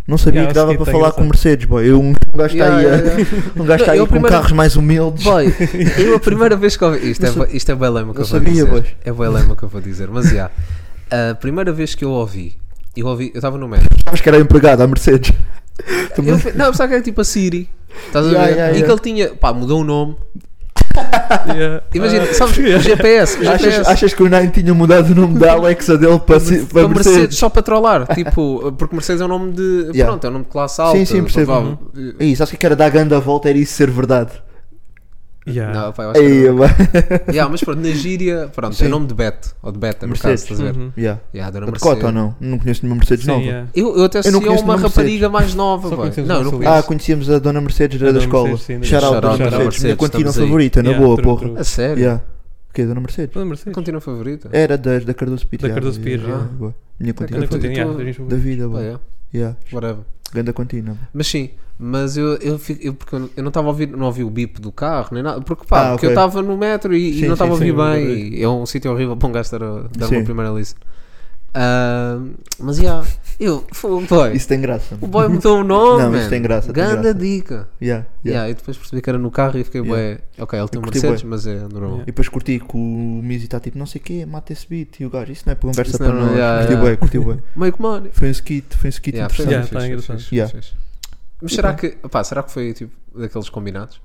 S6: Não sabia
S8: Yeah,
S6: que
S8: o
S6: dava
S8: skit
S6: para
S8: é
S6: falar com
S8: engraçado.
S6: Mercedes, boy. Eu, um gajo está
S7: Yeah,
S6: aí, a-
S7: yeah, yeah.
S6: <laughs> um gajo está
S7: Eu
S6: aí com
S7: primeiro-
S6: carros mais humildes.
S7: Boy, eu a primeira vez que ouvi. Isto é, bué- isto é bué lema que eu,
S6: Não
S7: vou
S6: sabia,
S7: dizer.
S6: pois.
S7: É bué lema que eu vou dizer, mas já. A primeira vez que eu ouvi, eu ouvi, eu estava no
S6: <laughs>
S7: metro.
S6: Acho que era empregado
S7: <laughs>
S6: à Mercedes.
S7: Eu, fe- não, sabe que era tipo a Siri. Estás a ver?
S6: Yeah, yeah,
S7: e
S6: yeah.
S7: que ele tinha, pá, mudou o nome.
S8: Yeah.
S6: Ah.
S7: Imagina,
S6: <laughs>
S7: sabes, o GPS, o GPS.
S6: Achas, achas que o Nine tinha mudado o nome da Alexa dele para, si- para
S7: para Mercedes,
S6: Mercedes?
S7: só para
S6: <laughs>
S7: trollar, tipo, porque Mercedes é um nome de.
S6: Yeah.
S7: Pronto, é um nome de classe alta.
S6: sim, percebo.
S7: provável.
S6: É isso, acho que era dar a grande volta, era isso ser verdade.
S8: Yeah.
S7: Não, pá, eu acho que
S6: Aí,
S7: era-
S6: mano.
S7: Yeah, mas pronto, na gíria, pronto,
S6: Sim.
S7: é nome de Beto, ou de Beta, no
S6: Mercedes.
S7: caso, estás a ver?
S8: Uhum.
S6: <laughs> Yeah.
S7: Yeah, Dona
S6: A de cota
S7: Mercedes.
S6: ou não? Não conheço nenhuma Mercedes
S8: Sim, é.
S6: nova.
S8: yeah.
S7: Eu, eu até
S6: Eu não
S7: associei a
S6: conheço
S7: uma
S6: uma Mercedes.
S7: rapariga mais nova,
S8: Só
S7: boy.
S8: conhecemos
S7: Não, eu
S8: uma
S7: não
S8: Mercedes.
S7: conheço.
S6: Ah, conhecíamos a Dona Mercedes era da
S8: Dona
S6: escola.
S8: Mercedes, sim, da-
S6: Shout out
S7: Shout out,
S6: Dona
S7: Dona
S6: Mercedes, minha
S7: Mercedes,
S6: continua
S7: estamos aí.
S6: favorita, na
S8: Yeah,
S6: boa,
S8: true,
S6: porra.
S8: true.
S7: A sério?
S6: Yeah. É. O quê? Dona Mercedes?
S8: Dona Mercedes.
S7: Continua favorita.
S6: Era das, da Cardoso Pires.
S8: Da Cardoso Pires,
S6: yeah,
S7: yeah.
S6: boa. Minha
S7: Eu
S8: Ainda
S6: contina.
S7: tô-
S8: continua,
S7: eu tô-
S8: yeah, deixa eu
S6: Da
S8: ver.
S6: vida,
S7: Pá,
S6: boa.
S7: yeah,
S6: Yeah.
S7: whatever.
S6: Ganda contina.
S7: Mas sim, mas eu, eu, fico- eu- porque eu não estava a ouvir, não ouvi o bip do carro, nem nada, porque pá,
S6: Ah,
S7: porque
S6: ok.
S7: eu estava no metro e, e
S6: Sim,
S7: não estava a
S8: sim,
S7: ouvir
S8: sim, eu
S7: bem, e é um sítio horrível para um gajo estar a dar
S6: Sim.
S7: uma primeira lista. mas yeah, eu, foi, o boy,
S6: Isso tem graça.
S7: o
S6: mano. <laughs>
S7: boy mudou o nome,
S6: Não, é
S7: man.
S6: isso tem graça, tem
S7: Ganda
S6: graça.
S7: dica.
S6: Yeah, yeah.
S7: Yeah, eu depois percebi que era no carro e fiquei,
S6: Yeah.
S7: bué, ok, ele tem um
S6: curti
S7: Mercedes, mas é normal.
S6: E depois curti que o Mizzy está tipo, não sei o quê, mata esse beat. E o gajo, isso não é para conversa
S7: Isso
S6: para
S7: não, não,
S6: nós.
S7: yeah,
S6: curti
S7: yeah.
S6: bem, curti bem.
S7: Make money.
S6: Foi um skit, foi um skit
S7: Yeah, foi
S6: interessante.
S8: Yeah,
S7: fixe,
S8: tá
S7: fixe,
S8: engraçado.
S7: fixe,
S6: Yeah.
S7: fixe. Mas será que, pá, será que foi tipo daqueles combinados?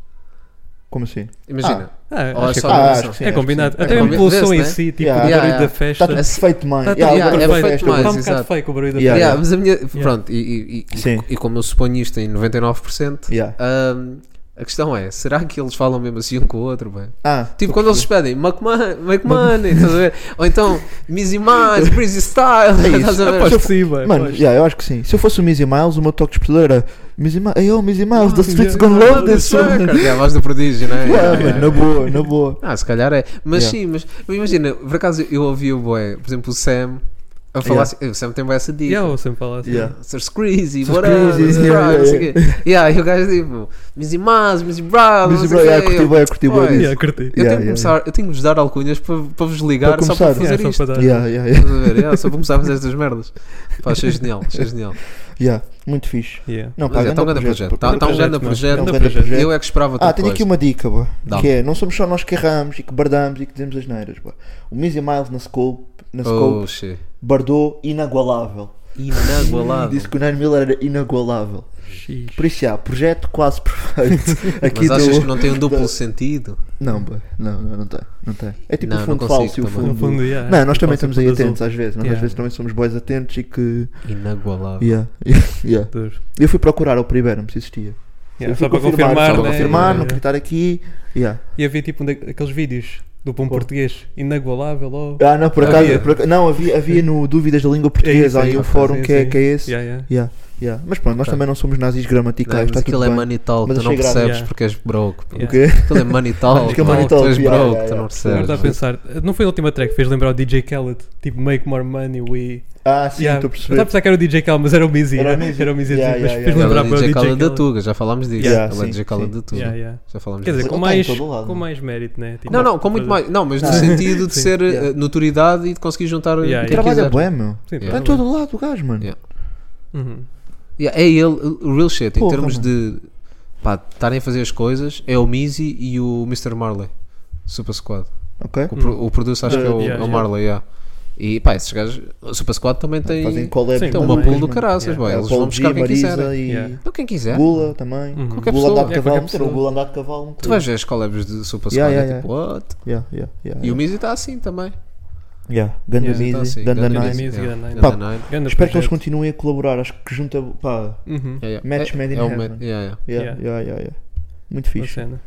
S6: Como assim?
S7: Imagina,
S8: Ah,
S7: ou
S8: acho
S7: é
S8: que
S7: só
S8: é
S7: combinação?
S6: acho que sim.
S8: É combinado.
S6: que sim.
S8: Até
S7: É
S8: a
S7: combi-
S8: impulsão em
S7: desse, né?
S8: si, tipo, o
S6: Yeah.
S8: barulho
S7: Yeah,
S8: da
S7: yeah.
S6: Está
S8: festa.
S6: tudo feito, mãe.
S8: Tá-
S6: Yeah,
S7: yeah,
S6: o
S7: é
S6: barulho da
S7: feito
S6: festa,
S7: mais.
S8: Está
S6: mano.
S8: um bocado
S7: exato.
S8: fake o barulho da
S6: Yeah.
S7: Yeah,
S8: festa.
S7: mas a minha. Pronto, e, e-
S6: Sim.
S7: e- e como eu suponho isto em 99%,
S6: Yeah.
S7: ahm, a questão é: será que eles falam mesmo assim um com o outro? Bem?
S6: Ah,
S7: Tipo, quando eles pedem Mac Mon- Mac Money, estás a
S6: <laughs>
S7: ver? Ou então Mizzy Miles, Breezy Style,
S6: É isso.
S7: <laughs> estás a ver?
S8: Aposto que sim, bem,
S6: Mano,
S8: aposto.
S6: yeah, eu acho que sim. Se eu fosse o Mizzy Miles, o meu toque de explodor era Mizzy Miles, hey, oh, Mizzy Miles, the streets gonna love this song.
S7: É a voz do prodígio, não é?
S6: Yeah, mano, na boa, na boa.
S7: Ah, se calhar é. Mas
S6: Yeah.
S7: sim, mas mas imagina, por acaso eu ouvi o boé, por exemplo, o Sam a falar
S6: Yeah.
S7: assim, o Sam tem bué essa dica.
S8: Yeah, ou sempre falar assim.
S6: Yeah.
S7: Sir Screezy,
S6: Sir
S7: whatever,
S6: Screezy,
S7: Mr.
S6: yeah,
S7: Brown, não
S6: yeah,
S7: sei o quê. Yeah, e o gajo tipo, Missy Ah, Mas, é Missy Brown,
S6: Missy
S7: não sei
S6: Brown,
S7: o
S6: yeah,
S7: quê.
S6: curti bué, curti bué
S7: Pois,
S6: disso.
S8: Yeah, curti.
S7: Eu
S6: Yeah,
S7: tenho que
S6: yeah,
S7: começar, eu tenho que vos dar alcunhas para, para vos ligar
S6: Para
S7: só para
S6: começar.
S7: fazer
S8: Yeah,
S7: isto.
S8: só para dar.
S6: Yeah, yeah, yeah.
S7: Estás a ver? Yeah, só para começar a fazer estas merdas. Pá, achei genial, achei genial.
S6: Yeah, muito fixe.
S8: Yeah.
S6: Não, pá,
S7: Mas é, está um grande projeto.
S6: pá.
S7: Está está um grande
S8: Grande projeto,
S7: projeto.
S8: mano.
S6: É um grande projeto.
S7: Eu é que esperava outra
S6: Ah, tenho aqui
S7: coisa.
S6: uma dica, boa,
S7: Dá-me.
S6: que é, não somos só nós que erramos e que bardamos e que dizemos as neiras, boa. O Mizzy Miles na Scope, na
S7: Oh,
S6: Scope
S7: shit.
S6: bardou inagualável.
S7: Inagualável.
S6: Disse que o Nine Miller era inagualável.
S8: Xiii.
S6: Por isso, há, projeto quase perfeito.
S7: <laughs>
S6: Aqui
S7: Mas achas
S6: do-
S7: que não tem um duplo
S6: do-
S7: sentido?
S6: Não, boy. não, não, não tem, não tem. É tipo
S7: Não,
S6: o
S7: não
S6: fundo
S7: consigo
S6: falso e o
S7: também.
S6: fundo...
S8: No fundo, yeah.
S6: Não, nós também
S8: Falso
S6: estamos aí
S8: azul.
S6: atentos às vezes. Nós às
S8: Yeah.
S6: vezes também somos boys atentos e que.
S7: Ah. Inagualável.
S6: Yeah, yeah, yeah.
S8: Duro.
S6: Eu fui procurar ao Priberam se existia.
S8: Yeah,
S6: Eu
S8: Só
S6: fui
S8: para
S6: confirmar,
S8: confirmar,
S6: só para
S8: né?
S6: confirmar, não
S8: Yeah.
S6: queria estar aqui. Yeah.
S8: E havia tipo um daqueles vídeos do pão português inagualável ou.
S6: Ah, não, por acaso.
S8: Havia.
S6: por acaso- não, havia, havia no Dúvidas da Língua
S8: É isso,
S6: Portuguesa, há
S8: é
S6: aí
S8: isso,
S6: um
S8: ok,
S6: fórum
S8: sim,
S6: que é,
S8: sim.
S6: que é esse.
S8: Yeah, Tá. yeah.
S6: Yeah, yeah. Mas pronto, nós
S7: Ok.
S6: também não somos nazis
S7: Não,
S6: gramaticais,
S7: mas
S6: está
S7: aquilo
S6: tudo
S7: é
S6: tá bem.
S7: money talk,
S6: Mas
S7: tu não
S6: achei graça.
S7: percebes
S8: Yeah.
S7: porque és broke. pô.
S8: Yeah. <laughs>
S6: O quê?
S7: Aquilo é
S6: <laughs>
S7: money talk,
S6: que é money
S7: pô, tu
S6: talk,
S7: és
S6: yeah,
S7: broke,
S6: yeah,
S7: tu não
S6: yeah.
S8: Agora está a
S7: percebes.
S8: pensar, não foi a última track que fez lembrar o DJ Khaled? Tipo, make more money, we.
S6: Ah, sim,
S8: Yeah. Eu
S6: estou a
S8: estava a
S6: perceber.
S8: pensar que era o DJ Khaled, mas era o Mizzy.
S6: Era o
S8: Era,
S6: Mizzy.
S8: era o Mizzy,
S6: Yeah,
S8: mas
S6: yeah,
S8: fez
S6: yeah.
S7: Ela
S8: lembrar
S7: é
S8: para o
S7: DJ Khaled da
S8: Khaled.
S7: Tuga, já falámos disso.
S6: Yeah,
S7: Ela é
S6: sim,
S7: DJ Khaled
S6: sim.
S7: da
S8: Yeah,
S7: Tuga.
S8: yeah.
S7: Já falámos
S8: Quer dizer,
S7: disso.
S6: Ele
S8: com
S6: tá em
S8: mais,
S6: todo lado,
S8: com
S6: né?
S8: mais mérito, né? Tipo,
S7: Não, não, com muito
S8: fazer-
S7: mais. Não, mas no
S6: Não.
S7: sentido de
S8: Ah. Sim.
S7: ser
S6: Yeah.
S7: eh, notoriedade e de conseguir juntar eh,
S8: Yeah, yeah.
S7: quem
S6: Trabalha
S7: quiser.
S6: bem, é meu.
S8: Sim,
S7: Yeah.
S6: Está em todo lado o gajo, mano.
S7: Yeah.
S8: Uhum.
S7: Yeah, é ele, o real shit, em
S6: Porra,
S7: termos
S6: mano.
S7: de pá, estarem a fazer as coisas, é o Mizzy e o Mr. Marley, Super Squad.
S6: Ok?
S7: O, pro, o producer acho que é o,
S8: Hum. Yeah,
S7: é
S8: yeah.
S7: o Marley, yeah. E pá, esses gajos, o Super Squad também tem,
S6: Fazem collab
S8: Sim,
S7: tem
S8: então
S6: também,
S7: uma
S8: pool
S7: pulo do
S6: mano.
S7: caraças, boy,
S6: É,
S7: eles
S6: Paulo
S7: vão
S6: G,
S7: buscar quem
S6: Marisa
S7: quiser.
S6: e
S8: Yeah.
S7: Então quem quiser.
S6: Gula também.
S8: Uhum.
S7: Qualquer
S6: Gula
S7: pessoa,
S6: andar de
S8: é,
S6: cavalo,
S8: qualquer
S6: meter o
S8: pessoa.
S6: Gula andar de cavalo. um
S7: Tu
S6: coisa.
S7: vais ver as collabs de Super
S6: Yeah,
S7: Squad,
S6: yeah,
S7: é tipo, what?
S6: Yeah, yeah, yeah,
S7: E o
S6: yeah.
S7: Mizzy está assim também.
S6: Yeah, Ganda
S8: Yeah,
S6: Mizzy,
S7: Tá assim,
S6: Ganda
S7: Ganda
S6: Nine.
S7: Mizzy,
S8: Mizzy,
S7: yeah.
S8: Ganda Nine.
S7: Ganda Nine.
S8: Ganda
S6: Espero que eles
S8: projeto.
S6: continuem a colaborar. Acho que junta. Pá,
S8: Uhum.
S7: Yeah, yeah.
S6: Match
S7: É-
S6: made in
S7: é o
S6: heaven.
S7: ma- yeah, yeah.
S6: yeah,
S8: Yeah.
S6: yeah, yeah, yeah. Muito
S8: Uma
S6: fixe.
S8: cena.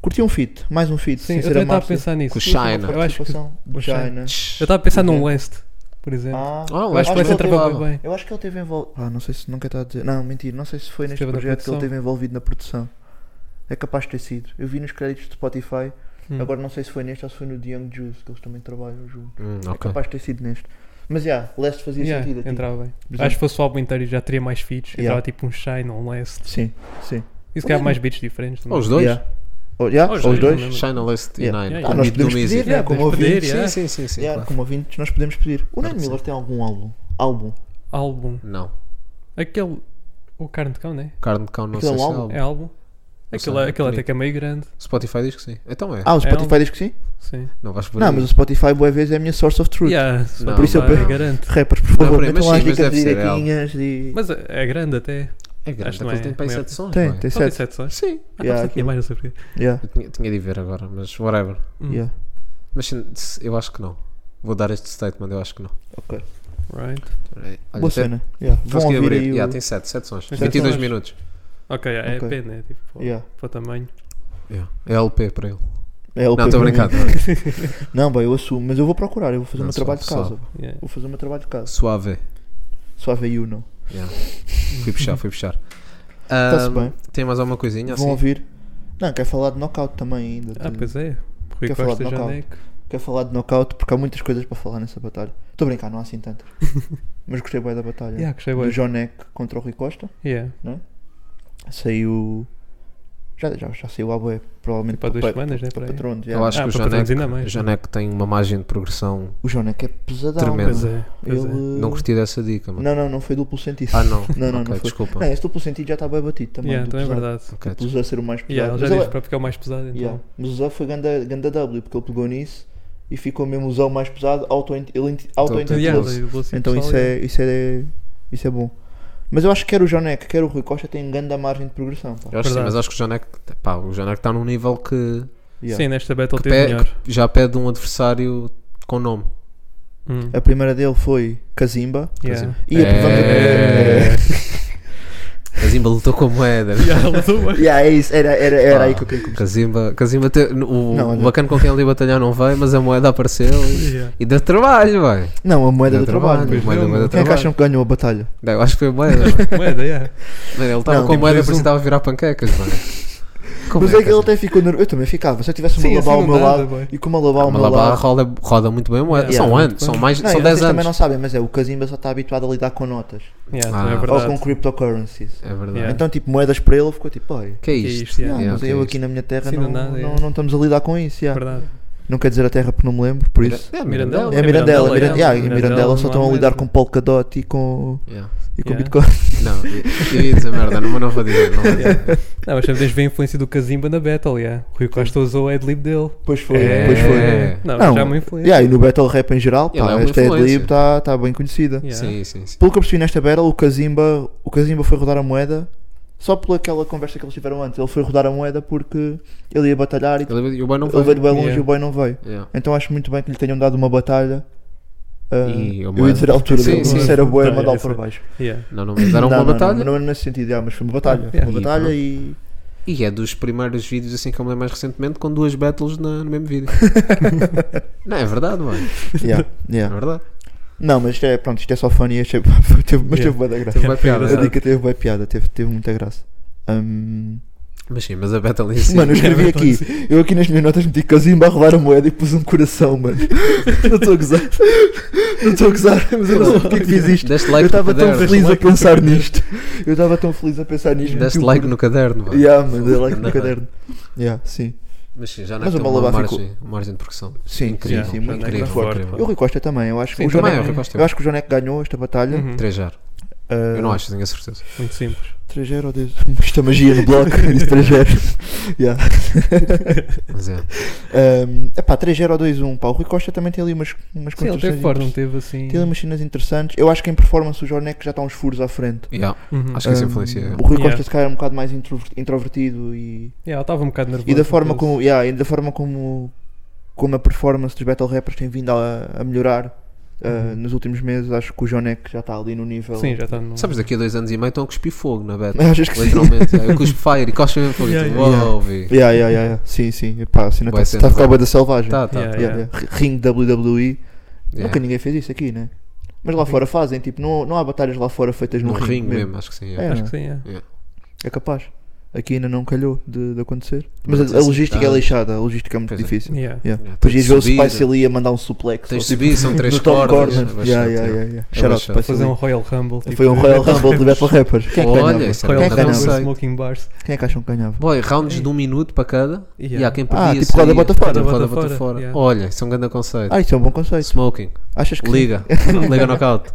S6: Curti um feat, mais um feat.
S8: Sim,
S6: sem
S8: eu
S6: ser
S8: também estava a
S6: Márcia.
S8: pensar nisso.
S7: Com o China.
S8: Eu acho que.
S6: Participação do
S8: o
S6: China.
S8: Eu estava a pensar num
S6: Ok.
S8: West, por exemplo.
S6: Ah,
S7: Ah,
S8: eu acho que
S6: acho
S8: o West
S6: que ele teve-
S8: trabalha bem.
S6: Eu acho que ele teve envolvido. Ah, não sei se nunca está a dizer. Não, mentira, não sei se foi neste
S8: Esteve na
S6: projeto que ele
S8: produção.
S6: teve envolvido na produção. É capaz de ter sido. Eu vi nos créditos do Spotify.
S8: Hum.
S6: Agora não sei se foi neste ou se foi no The Young Juice, que eles também trabalham junto.
S7: Hum,
S6: É
S7: ok.
S6: capaz de ter sido neste. Mas já, yeah, Leste fazia
S8: Yeah,
S6: sentido tipo, aqui.
S8: entrava bem.
S6: Por exemplo.
S8: Acho que fosse o álbum inteiro e já teria mais feats.
S6: Yeah.
S8: Entrava tipo um Shine, um Last.
S6: é- Sim, sim.
S8: E se calhar é mais beats diferentes é? também.
S7: Ou os dois?
S6: Yeah. Ou, yeah,
S8: Ou os
S6: ou os
S8: dois,
S6: dois?
S8: é, não
S7: China Last
S6: Yeah.
S7: e Nine.
S8: Ah,
S7: o
S6: nós
S7: beat do
S6: podemos
S7: Mizzy.
S6: pedir, né? Como
S8: podes pedir,
S6: ouvintes,
S8: yeah.
S7: Sim, sim, sim, sim.
S6: Yeah,
S7: claro.
S6: Como ouvintes, nós podemos pedir. O Nine
S7: Claro que
S6: Miller tem algum álbum? Álbum?
S8: Álbum.
S7: Não.
S8: Aquele. O Carne de Cão, né?
S7: Carne de cão, não
S6: Aquilo é
S7: sei se é
S6: um álbum?
S7: álbum.
S8: É álbum. Aquele,
S7: sei,
S8: aquele até
S7: bonito.
S8: que é meio grande.
S7: Spotify diz que sim. Então é.
S6: Ah, o Spotify
S8: álbum.
S6: diz que sim?
S8: Sim.
S7: Não vais por
S6: Não,
S7: aí.
S6: mas o Spotify, boa vez, é a minha source of truth.
S8: Yeah,
S7: Não, é.
S8: por isso eu
S7: vai.
S8: pe- garanto.
S6: Rappers, por
S7: Não,
S6: favor,
S7: peraí, mas
S6: metam lá as
S7: sim, mas
S6: dicas
S7: deve ser, é álbum.
S6: direitinhas e...
S8: Mas é é grande até.
S7: É grande,
S8: Acho que não
S7: aquilo
S8: é-
S7: tem para
S8: não é-
S7: 7 sons.
S6: Tem,
S7: boy.
S6: tem
S8: Só tem
S6: sete.
S8: sete sons. Ah,
S7: Sim.
S6: Yeah,
S8: não tinha
S6: aquilo.
S8: mais, não sei porquê.
S6: Yeah,
S7: Eu tinha, tinha de ir ver agora, mas whatever.
S8: Hum,
S6: yeah,
S7: Mas sim, se- eu acho que não. Vou dar este statement, eu acho que não.
S6: ok.
S8: Right.
S7: Olha,
S6: Boa
S7: até-
S6: cena. Yeah, Vão
S7: consegui
S6: ouvir
S7: abrir.
S6: aí o...
S7: Yeah, tem 7, 7 sons.
S8: Tem
S6: sete
S7: 22
S8: sons.
S7: minutos.
S8: Ok, yeah, é
S6: Ok.
S8: EP, né? Tipo, para o-
S6: Yeah.
S8: para o tamanho.
S7: Yeah. É LP para ele.
S6: É LP
S7: não, estou
S6: para mim.
S7: brincando.
S6: Não, bem, eu assumo, mas eu vou procurar, eu vou fazer
S7: Não,
S6: o meu trabalho de
S7: suave,
S6: casa.
S8: Yeah.
S6: Vou fazer o meu trabalho de
S7: <laughs>
S6: casa.
S7: Suave.
S6: Suave aí, não.
S7: Yeah. fui puxar, fui puxar.
S6: Tá-se
S7: Ahm,
S6: bem.
S7: Tem mais alguma coisinha
S6: Vão
S7: assim?
S6: ouvir. Não, quero falar de knockout também ainda.
S8: Ah,
S6: tenho-
S8: pois é. Rui
S6: Hum. Quer falar
S8: Costa,
S6: de knockout?
S8: Janeco.
S6: Quero falar de knockout porque há muitas coisas para falar nessa batalha. Estou a brincar, não há
S7: <laughs>
S6: assim tantas. mas gostei bem da batalha.
S8: Yeah, gostei
S6: Do
S8: bem.
S6: John Neck contra o Rui Costa.
S8: Yeah.
S6: Saiu. Já, já, já saiu a boé, provavelmente.
S8: Tipo há duas
S6: para-
S8: semanas, né,
S6: para
S8: por aí.
S6: patrono, já. é
S7: Eu acho
S8: Ah,
S7: que o
S8: para patrões ainda
S7: Janek,
S8: mais.
S7: Janek tem é uma margem de progressão.
S6: O John Neck é pesadão.
S7: Tremendo.
S8: Pois
S6: mano.
S8: é, pois
S6: Ele...
S8: é.
S7: Não curti dessa dica, mano.
S6: Uh, Não, não, não foi duplo sentido.
S7: Ah, não.
S6: <laughs> Não,
S7: Ok,
S6: não, não foi. É.
S7: desculpa.
S6: Não, esse duplo sentido já está bem batido também.
S8: Yeah,
S6: do
S8: também é
S6: pesado.
S8: verdade.
S7: Ok,
S6: O Zé ser o mais pesado.
S8: Yeah, ele já
S6: Mas
S8: diz
S6: ele-
S8: para ficar o mais pesado, então.
S6: Yeah. Mas o Zé foi ganda, ganda W, porque ele pegou nisso e ficou mesmo o Zé o mais pesado, auto- ele
S8: Então, yeah,
S6: auto-intitulou-se.
S8: ele- ele assim,
S6: Então
S8: pessoal,
S6: isso é, isso, é, isso é bom. Mas eu acho que quer o Jonek, quer o Rui Costa têm grande margem de progressão. Pá.
S7: Eu acho que sim,
S8: Verdade.
S7: mas acho que o Janek, pá, o Janek está tá num nível que,
S6: Yeah.
S8: Sim, nesta battle
S7: que
S8: teve
S7: pe-
S8: melhor.
S7: que já pede um adversário com nome.
S8: Hum,
S6: A primeira dele foi Kazimba.
S8: yeah.
S6: E a <laughs>
S7: É.
S6: provavelmente.
S7: Kazimba lutou com a moeda.
S8: <laughs> Yeah, ele lutou bem.
S6: Yeah, é isso, era, era, era aí que eu queria começar.
S7: Kazimba, Kazimba te- o,
S6: Não,
S7: o
S6: olha.
S7: bacana com quem ele ia batalhar não veio, mas a moeda apareceu e,
S8: Yeah.
S7: e deu trabalho, vai.
S6: Não, a moeda do trabalho.
S8: pois
S7: moeda,
S8: deu,
S7: moeda,
S8: mano.
S6: Quem é que
S7: trabalho.
S6: acham que ganhou a batalha?
S7: Não, eu acho que foi a moeda.
S6: <laughs>
S7: mano.
S8: Moeda, yeah.
S7: Mano, ele estava
S6: Não,
S7: com a moeda,
S6: tipo,
S7: por
S8: presunto.
S7: isso estava a virar panquecas, mano. Como
S6: Mas é que ele
S7: Kazimba?
S6: até ficou nervoso. Eu também ficava. Se eu tivesse uma
S8: Sim,
S6: lavar
S8: assim
S6: ao
S8: não
S6: meu
S8: dá,
S6: lado
S8: boy.
S6: e com uma lavar
S7: Ah,
S6: ao
S7: mas
S6: meu
S7: Malabar
S6: lado.
S7: roda, roda muito bem a moeda.
S8: Yeah,
S7: são
S8: roda
S7: anos,
S8: muito
S7: são
S8: bem.
S7: mais,
S6: Não,
S7: são
S6: e vocês
S7: 10
S6: também
S7: anos.
S6: não sabem, mas é o Kazimba só está habituado a lidar com notas
S8: Yeah,
S7: Ah.
S8: também é
S6: ou
S8: verdade.
S6: com cryptocurrencies.
S7: É verdade.
S8: Yeah.
S6: Então, tipo, moedas para ele, ficou tipo,
S7: Que
S6: olha,
S7: é
S8: Que é
S7: isto?
S8: isto, yeah.
S6: não,
S7: Yeah,
S6: mas
S7: que é
S6: eu
S7: isto.
S6: aqui na minha terra
S8: Sim, do
S6: não,
S8: nada,
S6: não,
S8: yeah.
S6: não estamos a lidar com isso. yeah.
S8: É Verdade.
S6: Não quer dizer a terra porque não me lembro, por isso.
S7: É,
S8: Mirandela.
S6: É
S8: É
S6: a Mirandela,
S8: Mirandela,
S6: a Mirandela, yeah,
S8: é.
S6: e a Mirandela só
S8: Mirandela
S6: estão
S8: não
S6: a
S8: há
S6: lidar
S8: moeda.
S6: com Polkadot e com,
S7: Yeah.
S6: e com
S8: Yeah.
S6: Bitcoin.
S7: Não, eu eu ia dizer merda, não, mas não vou dizer. Não vou dizer.
S8: Não, mas sabes ver a influência do Kazimba na battle, yeah. O Rui Costa usou a adlib dele.
S6: Pois foi,
S7: É.
S6: pois foi.
S7: É.
S8: Não,
S6: Não,
S8: já é uma influência.
S6: Yeah, e no Battle Rap em geral,
S7: Ele é
S6: pá,
S7: uma
S6: esta
S7: influência.
S6: Adlib está tá bem conhecida.
S8: Yeah.
S7: Sim, sim, sim.
S6: Pelo que eu percebi nesta battle, o Kazimba, o Kazimba foi rodar a moeda só por aquela conversa que eles tiveram antes. Ele foi rodar a moeda porque ele ia batalhar e ele,
S7: Ele- E o boy não
S6: veio bem longe
S8: Yeah.
S6: e o boy não veio.
S7: Yeah.
S6: Então acho muito bem que lhe tenham dado uma batalha. ah,
S7: E a
S6: eu
S7: moeda.
S6: ia dizer a altura
S7: Sim,
S6: dele,
S7: sim.
S6: isso era boa,
S8: Tá,
S6: mandá-lo
S8: isso é-
S6: para baixo.
S8: Yeah.
S7: Não, não, mas era
S6: não,
S7: uma
S6: não,
S7: batalha.
S6: Não, não, nesse sentido, ah, mas foi uma batalha.
S8: Yeah.
S6: Uma
S7: E
S6: batalha
S7: pronto.
S6: e.
S7: E é dos primeiros vídeos assim que eu me lembro mais recentemente com duas battles na- no mesmo
S6: <laughs>
S7: vídeo. não, é verdade, mano.
S6: Yeah,
S7: <laughs> É
S6: yeah.
S7: verdade.
S6: Não, mas isto é, pronto, isto é <laughs> só funny, achei, teve, mas
S8: Yeah.
S6: teve boa da graça.
S7: Uma piada.
S6: A É dica teve boa piada, teve, teve muita graça. Ahm,
S7: Mas sim, mas a battle em si.
S6: mano, eu escrevi aqui, eu aqui nas minhas notas meti Casimba a rolar a moeda e pus um coração, mano. <laughs> Não estou a gozar, não estou a gozar, mas eu não sei porque é que fiz isto.
S7: Deste
S6: Eu
S7: like no
S6: estava tão
S7: caderno.
S6: feliz a pensar nisto. Eu estava tão feliz a pensar nisto.
S7: Deste
S6: que o
S7: like
S6: cor-
S7: no caderno, mano.
S6: Yeah, mano, dei like
S7: Não.
S6: no caderno. Yeah, sim.
S7: Mas sim, já não
S6: Mas
S7: tem
S6: o
S7: uma
S6: Malabar
S7: margem, uma margem de progressão.
S6: Sim,
S7: Incrível,
S6: sim, sim, muito
S7: incrível,
S6: forte.
S7: incrível.
S6: E o Rui Costa também, eu acho que
S8: Sim,
S6: o João
S7: também, é,
S6: Neco-
S7: eu gosto.
S6: eu acho que o João Neco ganhou esta batalha.
S8: Uhum.
S7: 3-0.
S6: Ah,
S7: Eu não acho, tenho a certeza.
S8: Muito simples.
S6: 3-0 ou 10? <laughs> Isto é magia no bloco, <laughs> disse 3-0. yeah.
S7: Mas é.
S6: um, epá, 3-0 ou 2-1. Pá, o Rui Costa também tem ali umas, umas
S8: Sim, ele teve
S6: construções
S8: forte, não
S6: interessantes.
S8: teve assim.
S6: Tem ali umas cenas interessantes. Eu acho que em performance o Jornec já está uns furos à frente.
S7: Yeah,
S8: Uhum.
S7: Acho que isso
S6: Um,
S7: influencia.
S6: O Rui
S8: Yeah.
S6: Costa se calhar é um bocado mais introver- introvertido e,
S8: Yeah, ele estava um bocado nervoso.
S6: e da forma
S8: depois.
S6: como yeah, e da forma como, como a performance dos Battle Rappers tem vindo a, a melhorar uh, nos últimos meses, acho que o Jornec já está ali no nível.
S8: Uhum. Sim, já está no.
S7: Sabes, daqui a dois anos e meio estão a cuspir fogo na
S6: <laughs>
S7: beta.
S6: Achas que sim?
S7: Literalmente. yeah, Eu cuspo fire e costa mesmo fogo.
S8: Yeah,
S7: Yeah,
S6: yeah.
S7: Uou, vi.
S6: Yeah, yeah, yeah, yeah. Sim, sim. Epá, a cena
S7: Vai
S6: está
S7: ser
S6: tá a ficar
S7: legal.
S6: bem da selvagem.
S7: Tá, tá.
S8: Yeah,
S7: Yeah.
S6: Yeah, yeah. Ring WWE.
S7: Yeah.
S6: Nunca ninguém fez isso aqui, né? Mas lá fora fazem, tipo, não, não há batalhas lá fora feitas
S7: No
S6: no,
S7: ring mesmo, acho que sim. yeah.
S6: um É.
S8: Acho que sim, yeah.
S6: É capaz. Aqui ainda não calhou de, de acontecer. Mas
S7: Mas
S6: a, a
S7: assim,
S6: logística
S7: tá.
S6: é leixada, a logística é muito
S7: Pois é.
S6: difícil.
S8: Yeah.
S6: Yeah.
S7: Yeah,
S6: Depois
S7: tem
S6: ias ver o
S7: de subir,
S6: Spice ali a mandar um suplex.
S7: Tens
S6: ou
S7: de subir,
S6: tipo,
S7: são
S6: <laughs>
S7: três
S6: do Tom
S7: cordas. é
S6: Corner.
S7: bastante,
S6: Yeah,
S7: yeah.
S6: yeah, yeah, yeah.
S7: É
S6: Shout out,
S7: bastante.
S6: Spice
S8: Fazer
S6: Lee.
S8: um Royal Rumble. tipo,
S6: Foi um
S8: <laughs>
S6: Royal Rumble de Battle Rappers. Quem é que ganhava?
S7: Olha, isso
S6: Quem
S7: era
S8: Royal
S7: bacana.
S6: é que
S8: Rumble,
S6: ganhava?
S7: sei.
S8: Smoking Bars.
S6: Quem é que acham que ganhava?
S7: Boy, rounds de um minuto para cada. E há
S8: Yeah.
S7: quem
S6: Ah,
S7: perdia.
S6: tipo roda
S7: saía.
S6: bota
S7: Roda
S6: fora.
S8: Roda
S7: bota
S8: bota
S7: fora.
S8: fora, yeah.
S7: Olha, isso é um grande conceito.
S6: Ah, isso é um bom conceito.
S7: Smoking.
S6: Achas que, <laughs>
S7: Liga. Liga knockout.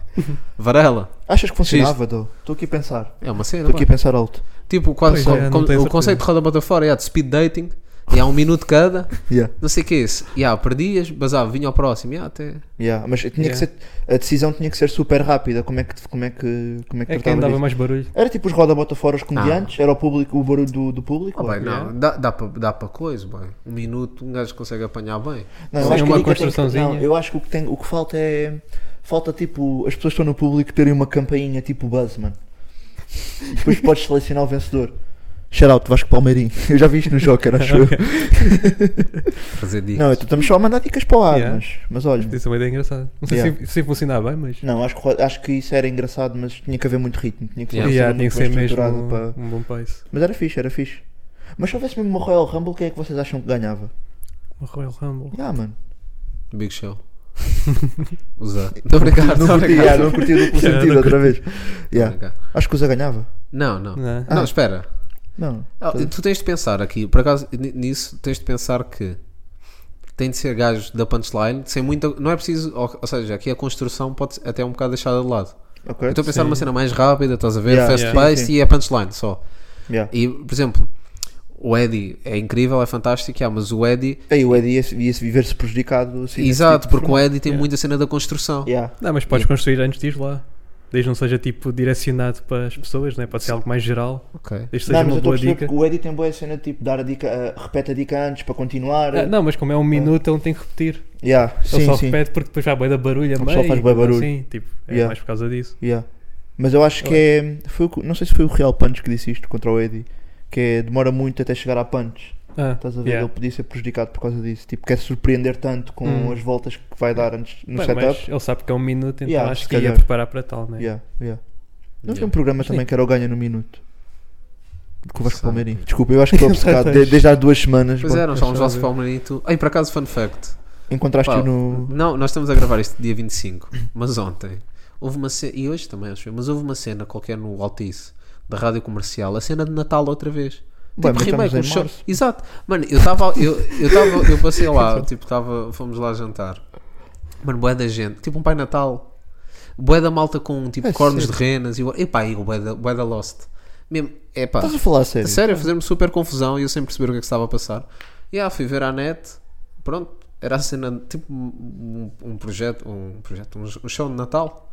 S7: Varela.
S6: achas que funcionava, Dô? Estou aqui a pensar.
S7: É uma cena.
S6: Estou aqui a
S7: pá.
S6: pensar alto.
S7: Tipo, quase
S8: Pois
S7: com-
S8: é, não
S7: com-
S8: tenho
S7: o conceito de roda bota fora. yeah, de speed dating. E há um minuto cada.
S6: Yeah.
S7: Não sei o que é isso. Yeah, perdias, basava, vinha ao próximo. Yeah, até...
S6: Yeah, mas tinha
S8: Yeah.
S6: que ser, a decisão tinha que ser super rápida. Como é que como é que como é que
S8: É quem
S6: tratava
S8: dava
S6: disso?
S8: mais barulho.
S6: Era tipo os roda bota fora os comediantes,
S8: Ah.
S6: era o público, o barulho do, do público.
S7: Ah,
S6: ou-
S7: bem, não, dá, dá para dá pra coisa, bem. Um minuto um gajo consegue apanhar bem.
S6: Não, eu
S8: Sim,
S6: acho que
S8: uma
S6: a dica tem que-
S8: construçãozinha.
S6: não, eu acho que o que tem, o que falta é falta tipo as pessoas que estão no público terem uma campainha tipo Buzzman. Depois podes selecionar o vencedor. Shout out, Vasco Palmeirinho. <laughs> Eu já vi isto no Joker,
S8: <laughs>
S6: acho eu.
S7: Fazer dicas.
S6: Não, então estamos só a mandar dicas para o ar,
S8: Yeah.
S6: mas, mas olha.
S8: Isso é uma ideia engraçada. Não sei
S6: Yeah.
S8: se, se funcionar bem, mas.
S6: Não, acho que, acho que isso era engraçado, mas tinha que haver muito ritmo. Tinha que ser,
S7: Yeah.
S6: uma
S8: Yeah, tinha
S6: cena
S8: que
S6: muito
S8: ser
S6: bem
S8: mesmo
S6: estruturada
S8: um,
S6: para-
S8: um bom pace.
S6: Mas era fixe, era fixe. Mas se houvesse mesmo uma Royal Rumble, quem é que vocês acham que ganhava?
S8: Uma Um Royal Rumble.
S6: Ah, mano.
S7: Big
S6: <laughs>
S7: Show. Usar. Estou a brincar, estou
S6: Não
S7: a
S6: curti,
S7: brincar.
S6: ah, não curti o
S8: <laughs>
S6: duplo
S8: Yeah,
S6: sentido
S8: não
S6: outra vez.
S7: Estou a
S6: Yeah.
S7: brincar.
S6: Acho que o Zé ganhava.
S7: Não, não.
S8: Não.
S7: Não, espera.
S6: Não.
S7: Ah, Tu tens de pensar aqui, por acaso, n- nisso, tens de pensar que tem de ser gajos da punchline, sem muita. Não é preciso. Ou, ou seja, aqui a construção pode ser até um bocado deixada de lado.
S6: Ok.
S8: Então-
S7: Eu estou a pensar numa cena mais rápida, estás a ver?
S6: Yeah,
S7: Fast
S6: yeah. Sim,
S7: paced
S6: sim.
S7: e é punchline só.
S6: Yeah.
S7: E, por exemplo, o Eddie é incrível, é fantástico, yeah, mas o Eddie.
S6: Aí o Ed ia-se ia-se viver-se prejudicado. Assim, nesse
S7: exato,
S6: tipo de
S7: porque o Eddie tem
S8: Yeah.
S7: muita cena da construção.
S6: formato. Yeah.
S8: Não, mas podes construir antes de ir lá. Desde não seja tipo direcionado para as pessoas, né? pode ser algo mais geral.
S7: Ok.
S8: Desde
S6: Não,
S8: seja
S6: mas eu
S8: uma
S6: estou a
S8: boa
S6: perceber
S8: dica.
S6: porque o Eddie tem boa cena de tipo dar a dica, ah, repete a dica antes para continuar.
S8: Ah, não, mas como é um minuto, ele não tem que repetir.
S6: Yeah.
S8: Ele
S6: Sim,
S8: só
S6: sim.
S8: repete porque depois vai bem da barulho.
S6: O pessoal faz bué barulho.
S8: Sim, tipo, é
S6: Yeah.
S8: mais por causa disso.
S6: Yeah. Mas eu acho que é. Foi, o que- não sei se foi o Real Punch que disse isto contra o Eddie. Que é, demora muito até chegar à punch.
S8: Ah,
S6: Estás a ver?
S8: yeah.
S6: Ele podia ser prejudicado por causa disso. Tipo, quer surpreender tanto com
S8: Hum.
S6: as voltas que vai dar antes no
S8: Bem,
S6: setup.
S8: mas ele sabe que é um minuto, então
S6: Yeah, se
S8: acho que ia
S6: calhar.
S8: preparar para tal, né?
S6: Yeah, yeah. Não tem um
S7: Yeah.
S6: programa também
S8: Sim.
S6: que era o Ganha no Minuto. Com o Vasco
S7: Sabe.
S6: Palmeirinho. Desculpa, eu acho que estou obcecado de- desde há duas semanas.
S7: Pois
S6: bom,
S7: é, nós somos
S8: deixa eu
S7: Vasco
S8: ver.
S7: Palmeirinho e tu. Ei, por acaso, fun fact. Pá,
S6: Encontraste-o no.
S7: Não, nós estamos a gravar isto dia 25, mas ontem houve uma cena, e hoje também, acho eu, mas houve uma cena qualquer no Altice da rádio comercial, a cena de Natal outra vez.
S6: Bem, mas
S7: remake,
S6: estamos em
S7: um show-
S6: março.
S7: Exato. Mano, eu estava, eu, eu, tava- eu passei
S6: <laughs>
S7: lá, tipo, tava, fomos lá jantar. Mano, bué da gente, tipo um Pai Natal, bué da malta com tipo
S6: É
S7: cornos
S6: sério?
S7: de renas e o- epá, e o bué da, bué da Lost. Mesmo, epá.
S6: Estás a falar a sério?
S7: A sério, a fazer-me super confusão e eu sem perceber o que é que estava a passar. E ah, fui ver à net, pronto, era a cena, tipo um, um projeto, um projeto, um, um show de Natal.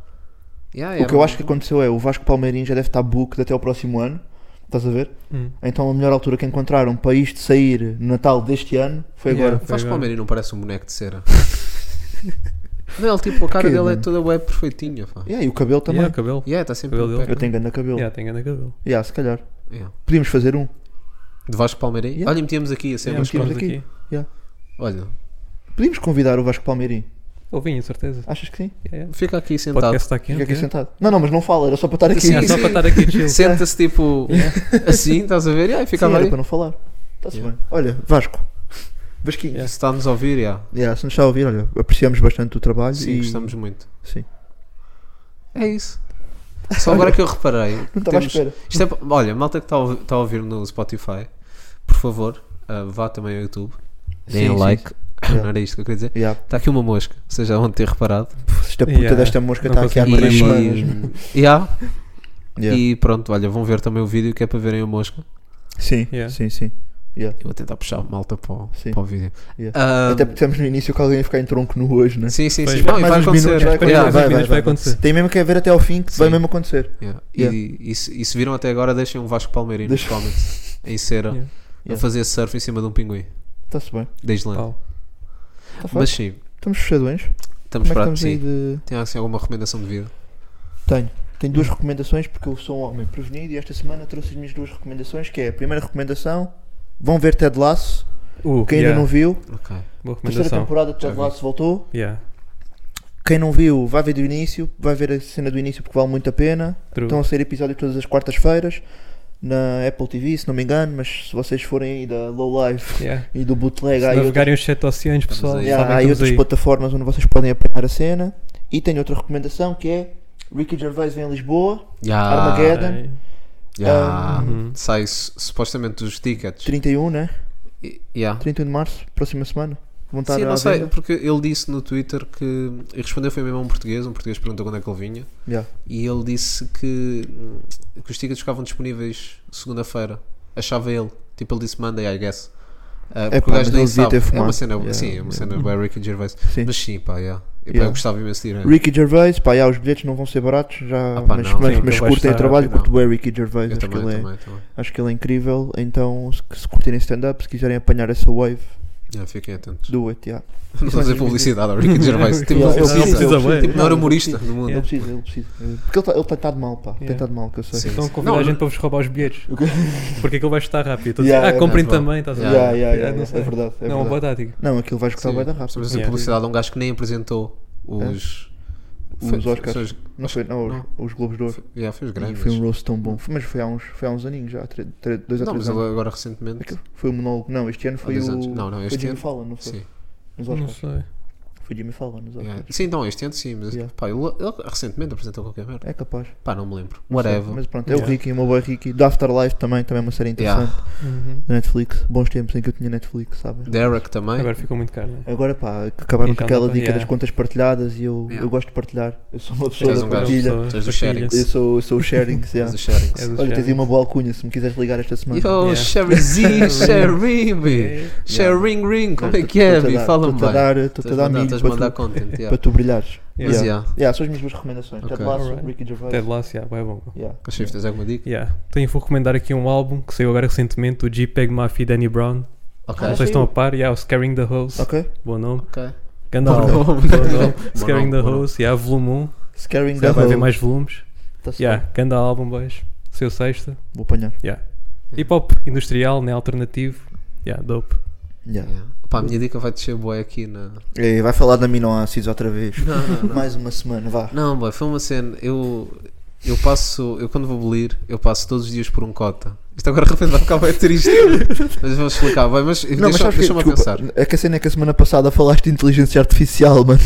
S7: ah, Yeah,
S6: O que eu acho que aconteceu é o Vasco Palmeirinho já deve estar booked até ao próximo ano. Estás a ver?
S8: Hum.
S6: Então a melhor altura que encontraram para isto sair no Natal deste ano foi
S8: Yeah.
S6: agora.
S7: Faz
S8: Foi
S7: Palmeira e não parece um boneco de cera. <laughs> não, ele, tipo, a cara
S6: Que,
S7: dele é
S6: mano?
S7: toda web perfeitinha. Pá.
S6: Yeah, e o cabelo também.
S8: Yeah, cabelo.
S7: Yeah, está sempre.
S8: Cabelo
S7: um
S8: dele.
S7: pé.
S6: Eu tenho grande cabelo.
S8: Yeah, tem grande cabelo.
S6: Yeah, se calhar.
S7: Yeah.
S6: Podíamos fazer um.
S7: De Vasco Palmeirinho.
S6: Yeah.
S7: Olha, metíamos aqui a cena.
S6: Yeah,
S7: mas
S6: metíamos
S7: pronto.
S6: aqui. Yeah.
S7: Olha,
S6: Podíamos convidar o Vasco Palmeirinho.
S8: Ele vinha, certeza.
S6: Achas que sim?
S8: Yeah, yeah.
S7: fica aqui
S8: O
S7: sentado.
S8: podcast está aqui.
S6: Fica aqui
S8: ok?
S6: sentado. Não, não, mas não fala, era só para estar aqui.
S7: Sim,
S8: Yeah,
S7: sim.
S8: só para estar aqui chill.
S7: Senta-se tipo <laughs> assim, estás a ver? Yeah, e
S6: Sim,
S7: ficava
S6: era
S7: ali.
S6: para não falar. Está-se
S7: Yeah.
S6: bem. Tá Olha, Vasco. Vasquinho.
S7: Se está-nos a ouvir, yeah.
S6: Yeah, se nos está a ouvir, olha, apreciamos bastante o trabalho.
S7: Sim,
S6: e...
S7: gostamos muito.
S6: Sim.
S7: É
S6: <laughs>
S7: isso. Só agora que eu reparei.
S6: Não estava à
S7: temos-
S6: espera.
S7: isto é pa- olha, malta que está a, ouvi- está a ouvir no Spotify, por favor, ah, vá também ao YouTube. Deem
S6: Sim, sim,
S7: like.
S6: Yeah.
S7: <coughs> Não era isto que eu queria dizer.
S6: Yeah,
S7: Está aqui uma mosca, vocês já vão ter reparado.
S6: pff, esta puta
S8: Yeah,
S6: desta mosca
S8: não
S6: está aqui há
S8: consigo
S6: três
S8: mais nada.
S6: semanas.
S7: E, <laughs> yeah,
S6: Yeah.
S7: e pronto, olha, vão ver também o vídeo que é para verem a mosca.
S6: Sim,
S8: Yeah.
S6: sim, sim. Yeah.
S7: Eu vou tentar puxar a malta para o,
S6: Sim.
S7: para o vídeo.
S6: Yeah.
S7: Ah,
S6: Até porque estamos no início que alguém ia ficar em tronco nu hoje, né?
S7: Sim, sim,
S8: Pois,
S7: sim. Não, e
S6: mais
S7: vai
S6: uns
S7: acontecer.
S6: minutos, vai acontecer.
S7: Yeah,
S8: vai,
S6: vai, vai.
S8: vai acontecer.
S6: Tem mesmo que haver até ao fim que vai
S7: Sim.
S6: mesmo acontecer.
S7: Yeah.
S6: Yeah.
S7: E, e se, e se viram até agora, deixem um Vasco Palmeirinho
S6: Deixa-
S7: nos comments em cera
S8: Yeah.
S7: a
S6: Yeah. Oh.
S7: fazer surf em cima de um pinguim
S6: Está-se bem.
S7: da Islândia.
S8: Pau.
S6: Tá feito.
S7: Mas sim,
S6: estamos fechadões.
S7: estamos
S6: Como é que
S7: para
S6: estamos aí
S7: ti.
S6: de.
S7: Tem assim, alguma recomendação de vida?
S6: Tenho. Tenho duas recomendações porque eu sou um homem prevenido e esta semana trouxe as minhas duas recomendações, que é a primeira recomendação, vão ver Ted Lasso,
S8: Uh,
S6: quem
S8: yeah.
S6: ainda não viu,
S7: Ok.
S8: Boa
S6: terceira
S8: recomendação.
S6: temporada de
S7: Já
S6: Ted
S7: vi.
S6: Lasso voltou,
S8: Yeah,
S6: quem não viu vai ver do início, vai ver a cena do início porque vale muito a pena,
S8: true.
S6: estão a sair episódios todas as quartas-feiras, na Apple TV se não me engano, mas se vocês forem aí da Low Life
S8: yeah.
S6: e do Bootleg
S8: Se
S6: há aí outras-
S8: navegarem os sete oceanos, pessoal.
S7: aí.
S6: Yeah,
S8: sabem
S6: há
S8: que
S6: aí
S8: estamos
S6: outras
S8: aí.
S6: plataformas onde vocês podem apanhar a cena. E tenho outra recomendação que é Ricky Gervais vem a Lisboa,
S7: Yeah.
S6: Armageddon, um,
S7: Yeah.
S8: Uhum.
S7: Sai su- supostamente dos tickets.
S6: 31, né?
S7: E- Yeah.
S6: 31 de março, próxima semana. Vão estar
S7: Sim,
S6: à
S7: não sei,
S6: venda.
S7: porque ele disse no Twitter que. E respondeu foi mesmo a um português, um português perguntou quando é que ele vinha.
S6: Yeah.
S7: E ele disse que, hum, que os tickets ficavam disponíveis segunda-feira. Achava ele. Tipo, ele disse Monday, I guess. Ah,
S6: É
S7: porque
S6: pá,
S7: o gajo
S6: mas ele
S7: nem
S6: devia
S7: sabe.
S6: ter
S7: É uma
S6: fumado.
S7: cena,
S6: Yeah,
S7: sim, é uma
S6: yeah.
S7: cena by Ricky Gervais.
S6: Sim.
S7: Mas sim, pá, yeah. E, pá,
S6: Yeah.
S7: eu gostava imenso de ir. né?
S6: Ricky Gervais, pá, já, os bilhetes não vão ser baratos, já,
S7: Ah, pá,
S6: mas,
S7: não,
S6: mas,
S8: sim,
S6: mas
S8: ele vai
S6: curtem o
S8: estar,
S6: trabalho,
S8: não.
S6: curto bem o Ricky Gervais,
S7: Eu
S6: acho,
S7: também,
S6: que ele é,
S7: também, também.
S6: acho que ele é incrível. Então, se, se curtirem stand-up, se quiserem apanhar essa wave,
S7: Yeah, fiquem
S6: <laughs>
S7: atentos.
S6: Do it,
S8: É
S6: yeah.
S7: Não vou fazer publicidade ao
S6: <laughs>
S7: Ricky Gervais. Tipo,
S8: um
S7: não
S6: Yeah, eu
S7: precisa, tipo,
S6: preciso, eu preciso.
S7: tipo, maior humorista do mundo.
S6: Ele precisa, ele precisa. Porque ele tá- ele tem estado mal, pá. Tem
S8: Yeah.
S6: estado mal, que eu sei.
S7: Sim.
S8: Estão a convidar
S7: Não,
S8: a gente para vos roubar os bilhetes. Porque aquilo vai estar rápido. Estão a
S6: Yeah,
S8: dizer,
S6: é
S8: ah, comprem
S7: verdade.
S8: também. Estás a
S7: Yeah,
S8: ver?
S6: Yeah, yeah, yeah,
S8: não sei.
S6: é verdade. É
S8: não, uma boa
S6: verdade.
S8: tática.
S6: não, aquilo vai escutar
S7: Sim.
S6: bem da rápido. É.
S7: Estamos a fazer
S8: Yeah.
S7: publicidade a um gajo que nem apresentou os.
S6: Os
S7: foi-
S6: Oscars.
S7: foi os-
S6: Não foi, não, os, os Globos de Ouro.
S7: foi- yeah, foi os
S6: E
S7: grandes.
S6: Foi um roast tão bom. Foi- Mas foi há uns, foi há uns aninhos já, tre- tre- dois a
S7: Não,
S6: três
S7: mas
S6: anos.
S7: ele agora recentemente.
S6: Aquilo Foi o monólogo. Não, este ano foi
S7: dois
S6: o.
S7: anos. Não, não,
S6: foi
S7: este
S6: Jimmy
S7: ano-
S6: Fallon, não foi?
S7: Sim.
S6: Nos
S8: Não
S6: Oscars.
S8: sei.
S6: Foi Jimmy Fallon nos Oscars.
S7: Yeah. Sim, então este ano sim, mas
S6: Yeah.
S7: pá, ele, ele recentemente apresentou qualquer merda.
S6: É capaz.
S7: Pá, não me lembro.
S6: Não sei,
S7: Whatever.
S6: Mas pronto, é o
S8: Yeah.
S6: Ricky, o meu boy Ricky. Do Afterlife também, também é uma série
S7: Yeah.
S6: interessante.
S8: Uhum.
S6: Da Netflix. Bons tempos em que eu tinha Netflix, sabem?
S7: Derek também.
S8: Agora ficou muito caro. Né?
S6: Agora pá, que acabaram com
S8: Então,
S6: aquela
S8: então,
S6: dica
S8: yeah.
S6: das contas partilhadas e eu,
S7: Yeah.
S6: eu gosto de partilhar. Eu sou uma pessoa
S7: és
S6: da
S7: um gajo.
S6: partilha.
S7: Tu és do sharing.
S6: Eu sou, eu sou
S7: <laughs>
S6: o sharing. se há.
S7: Mas o sharing.
S8: É do
S6: Olha, tens aí um
S8: sharing.
S6: uma boa alcunha se me quiseres ligar esta semana.
S7: Yo,
S8: Yeah. <laughs>
S7: Sherry Z, Sherry, B.
S8: É.
S7: Sharing ring, como é que é,
S6: Estou-te a
S7: B?
S6: dar-
S7: Fala-me
S6: estou-te a
S7: bem.
S6: dar- Estou-te a dar milho
S7: Estás a mandar
S6: para tu-
S7: content, yeah.
S6: para tu brilhares.
S8: Yeah.
S7: Mas
S6: Yeah.
S7: yeah.
S6: Yeah, são as minhas duas recomendações.
S7: Ok.
S6: Ted Lasso,
S8: Alright.
S6: Ricky Gervais.
S8: Ted Lasso, yeah, bué bom.
S6: Yeah.
S7: Cachif, tens alguma dica?
S8: Yeah. Tenho, vou recomendar aqui um álbum que saiu agora recentemente, do JPEG Mafia e Danny Brown.
S7: Ok.
S6: Ah,
S8: Não sei se estão a par, yeah, o Scaring the Host.
S6: Ok?
S8: Bom nome.
S7: Ok.
S8: Ganda
S7: Bom
S8: álbum.
S7: nome.
S8: Bom nome.
S7: Bom
S8: Scaring
S7: nome,
S8: the
S7: bom nome.
S8: Host, yeah, volume
S6: Scaring
S8: 1.
S6: the
S8: Já vai haver
S6: Hole.
S8: mais volumes.
S6: Tá-se
S8: Yeah,
S6: bem.
S8: ganda álbum, boys. Seu sexta.
S6: Vou apanhar.
S8: Yeah. Hip hop industrial, né? Alternativo. Yeah, dope.
S6: Yeah.
S7: Yeah. Pá, a minha dica vai descer boé aqui na.
S6: Ei, É, vai falar da aminoácidos outra vez.
S7: Não, não, não.
S6: Mais uma semana, vá.
S7: Não, boy, foi uma cena. Eu, eu passo, eu quando vou bolir, eu passo todos os dias por um cota. Isto agora de repente vai ficar bem triste.
S6: <laughs>
S7: mas vou explicar, vai, mas
S6: Não, mas
S7: deixa-
S6: sabes que,
S7: deixa-me a
S6: desculpa,
S7: pensar.
S6: é que a cena é que a semana passada falaste de inteligência artificial, mano.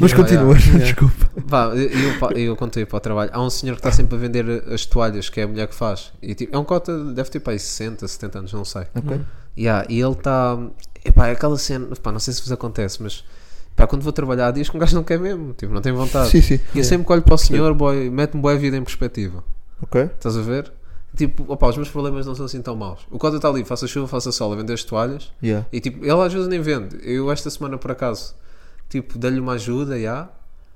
S6: Mas
S7: Yeah,
S6: continuas,
S8: yeah.
S6: <laughs> desculpa.
S7: Vá, eu, eu, pa- eu quando ia para o trabalho, há um senhor que está sempre a vender as toalhas, que é a mulher que faz. E, tipo, é um cota, deve ter para aí 60, 70 anos, não sei.
S6: Ok?
S7: Yeah, e ele está. Epá, é aquela cena. Epá, não sei se vos acontece, mas. Pá, quando vou trabalhar, há dias que um gajo não quer mesmo, tipo, não tem vontade.
S6: Sim, sim.
S7: E eu sempre que olho para o senhor, boy, mete-me boa vida em perspectiva.
S6: Ok?
S7: Estás a ver? Tipo, opá, os meus problemas não são assim tão maus. O Cota está ali, faça chuva, faça sol, a vender as toalhas.
S6: Yeah.
S7: E tipo, ele às vezes nem vende. Eu esta semana, por acaso, tipo, dei-lhe uma ajuda, já.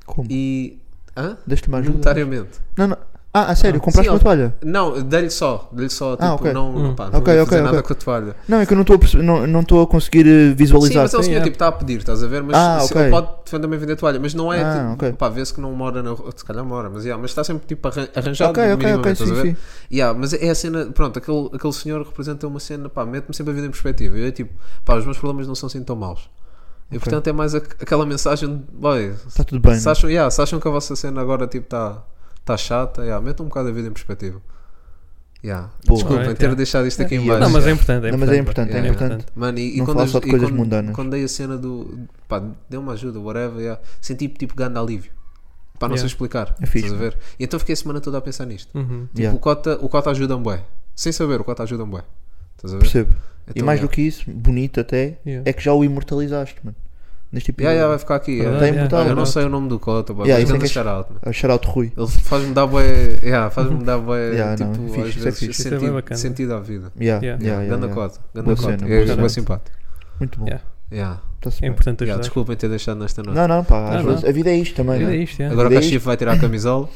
S6: Como?
S7: E. Hã?
S6: Deste-me ajuda?
S7: Monetariamente.
S6: Não, não. Ah, a sério, compraste
S7: Sim,
S6: uma
S7: ó.
S6: toalha?
S7: Não, dei-lhe só. Dei-lhe só, tipo,
S6: Ah, ok.
S7: não,
S8: Hum.
S7: opá, não
S6: Ok,
S7: vou
S6: ok,
S7: fazer nada
S6: ok.
S7: com a toalha.
S6: Não, é que eu não estou a perceber, não não estou a conseguir eh,
S7: Sim,
S6: visualizar.
S7: mas é o
S8: Sim,
S7: senhor
S8: é.
S7: tipo, está a pedir, estás a ver? Mas
S6: Ah,
S7: se-
S6: ok.
S7: ele pode também vender toalha, mas não é
S6: Ah,
S7: tipo,
S6: ok.
S7: pá, vê-se que não mora na rua, se calhar mora, mas, yeah, mas está sempre tipo arran- arranjado
S6: Ok, ok, ok,
S7: minimamente, estás
S6: sim,
S7: a ver?
S6: sim.
S7: Yeah, mas é a cena, pronto, aquele, aquele senhor representa uma cena, pá, mete-me sempre a vida em perspectiva. Eu é tipo, pá, os meus problemas não são assim tão maus. E portanto é mais a- aquela mensagem de, boy,
S6: Está tudo bem,
S7: se
S6: né?
S7: acham, yeah, se acham que a vossa cena agora tipo está tá chata, yeah, metam um bocado a vida em perspectiva. Yeah.
S6: Boa.
S7: Desculpem
S8: Right,
S7: ter
S8: yeah.
S7: deixado isto aqui em
S6: Yeah.
S7: baixo.
S8: Não, mas é importante. É
S6: Não, mas é importante,
S8: importante,
S6: é
S7: Yeah,
S6: importante.
S7: Mano, e, e
S6: Não
S7: quando,
S6: falar
S7: as-
S6: só de
S7: e
S6: coisas
S7: quando-
S6: mundanas.
S7: quando dei a cena do. pá, deu-me ajuda, whatever, yeah. senti tipo grande alívio. Pá, não
S8: Yeah.
S7: sei explicar.
S6: É fixe,
S7: estás a ver? E então fiquei a semana toda a pensar nisto.
S8: Uhum.
S7: Tipo,
S6: Yeah,
S7: o Cota, o Cota ajuda um bué. Sem saber, o Cota ajuda um bué. Estás a ver?
S6: Percebo. E
S7: Então,
S6: mais
S7: yeah.
S6: do que isso, bonito até,
S8: Yeah.
S6: é que já o imortalizaste, mano. Neste tipo
S7: Yeah, yeah, vai
S6: episódio.
S7: ficar aqui.
S8: Verdade,
S7: yeah.
S6: Tá
S8: yeah.
S6: imortal.
S7: Eu não
S8: Verdade.
S7: sei o nome do Cota, bué,
S6: Yeah,
S7: mas
S6: isso é
S7: grande
S6: que é-
S7: shout-out, man.
S6: A Shoutout Rui.
S7: Ele faz-me dar bué. yeah, faz-me dar bué.
S6: <laughs> Yeah, não,
S7: tipo,
S6: é fixe,
S7: às
S6: isso é
S7: vezes,
S6: fixe. Isso
S8: é bem
S7: sentido,
S8: bacana.
S7: sentido à vida.
S6: Yeah,
S8: Yeah.
S6: yeah, yeah,
S7: Ganda
S6: yeah.
S7: Cota, ganda
S6: Boa
S7: Cota.
S6: cena,
S7: É
S6: boa
S7: bué
S6: cena.
S7: simpático.
S6: Muito bom.
S8: Yeah.
S7: Yeah.
S6: Tá-se
S8: É
S6: bem.
S8: importante
S7: Yeah,
S8: ajudar.
S7: desculpem ter deixado nesta noite.
S6: Não, não, pá,
S8: Não,
S6: às
S8: não.
S6: vezes a vida é isto também,
S8: É
S6: né?
S8: isto, yeah.
S7: Agora o
S6: Desde-
S7: Cachif vai tirar a
S6: <laughs>
S7: camisola.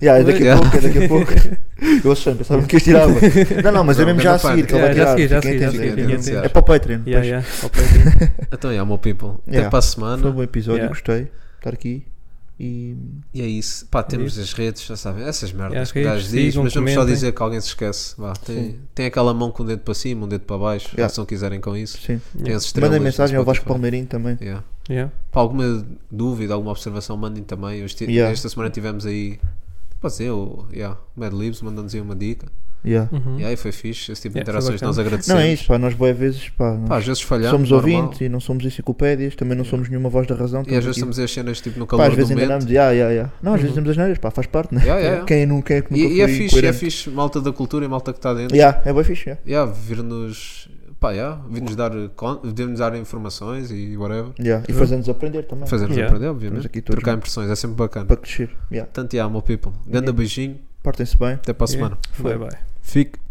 S6: Yeah, é daqui a
S7: Yeah.
S6: pouco, é daqui a pouco.
S8: <laughs>
S6: Eu achando, pensava que ias tirar água. Não, não, mas é
S7: Não,
S6: mesmo
S7: não
S6: já a
S7: pânico.
S6: seguir, que ele
S8: Yeah,
S6: vai
S8: já
S6: tirar.
S8: segui, já
S6: Fiquem
S8: segui, já
S6: atentos.
S8: segui.
S7: Fiquem atentos.
S6: É para o Patreon.
S8: Yeah,
S6: depois.
S8: yeah. Ao Patreon.
S7: Então, yeah, meu people.
S6: Yeah.
S7: Até para a
S6: Foi um
S7: semana.
S6: bom episódio,
S8: Yeah.
S6: gostei. Estar aqui e.
S7: E é isso. Pá, temos
S8: isso. É,
S7: as redes, já sabem. Essas merdas
S8: as
S7: que o gajo
S8: redes,
S7: diz,
S8: sigam,
S7: mas vamos só
S8: comentem.
S7: dizer que alguém se esquece. Vá, tem, tem aquela mão com o dedo para cima, um dedo para baixo.
S6: Yeah.
S7: Se não quiserem com isso,
S6: Sim.
S7: tem as estrelas.
S6: Mandem
S7: no
S6: mensagem ao Vasco
S7: Spotify.
S6: Palmeirinho também.
S7: Yeah.
S8: Yeah.
S7: Pá, alguma dúvida, alguma observação, mandem também. Eu esti-
S6: Yeah.
S7: Esta semana tivemos aí. Pode ser, o yeah, Mad Libs mandou-nos aí uma dica.
S6: Yeah.
S8: Uhum.
S7: E aí foi fixe. Esse tipo de
S8: Yeah, foi
S7: interações
S8: bacana.
S7: nós agradecemos.
S6: Não é isso, pá, nós boas vezes, pá, nós
S7: Pá, às vezes falhamos.
S6: somos
S7: normal.
S6: ouvintes e não somos enciclopédias, também não somos nenhuma voz da razão.
S7: E às
S6: estamos
S7: vezes
S6: aqui.
S7: estamos a as cenas tipo no
S6: Pá,
S7: calor
S6: às vezes
S7: do momento.
S6: enganamos, yeah, yeah, yeah. não, às vezes temos as neiras, pá, faz parte, né?
S7: Yeah, yeah, yeah.
S6: Quem, é nu- quem é que nunca
S7: E, e é
S6: foi
S7: fixe, e é
S6: incoerente?
S7: fixe, malta da cultura e malta que está dentro.
S6: Yeah, é bem fixe, yeah.
S7: Yeah, vir-nos. Pá, yeah, vir-nos dar, con- vir-nos dar informações e whatever.
S6: Yeah, E fazendo-nos aprender também,
S7: Fazer-nos
S8: Yeah.
S7: aprender, obviamente.
S6: Estamos aqui todos
S7: Trocar
S6: juntos.
S7: impressões, é sempre bacana.
S6: para crescer. Yeah.
S7: Portanto, yeah, meu people. Grande beijinho,
S6: Portem-se bem.
S7: até para a
S8: Yeah.
S7: semana.
S8: Foi, vai.
S7: Fique.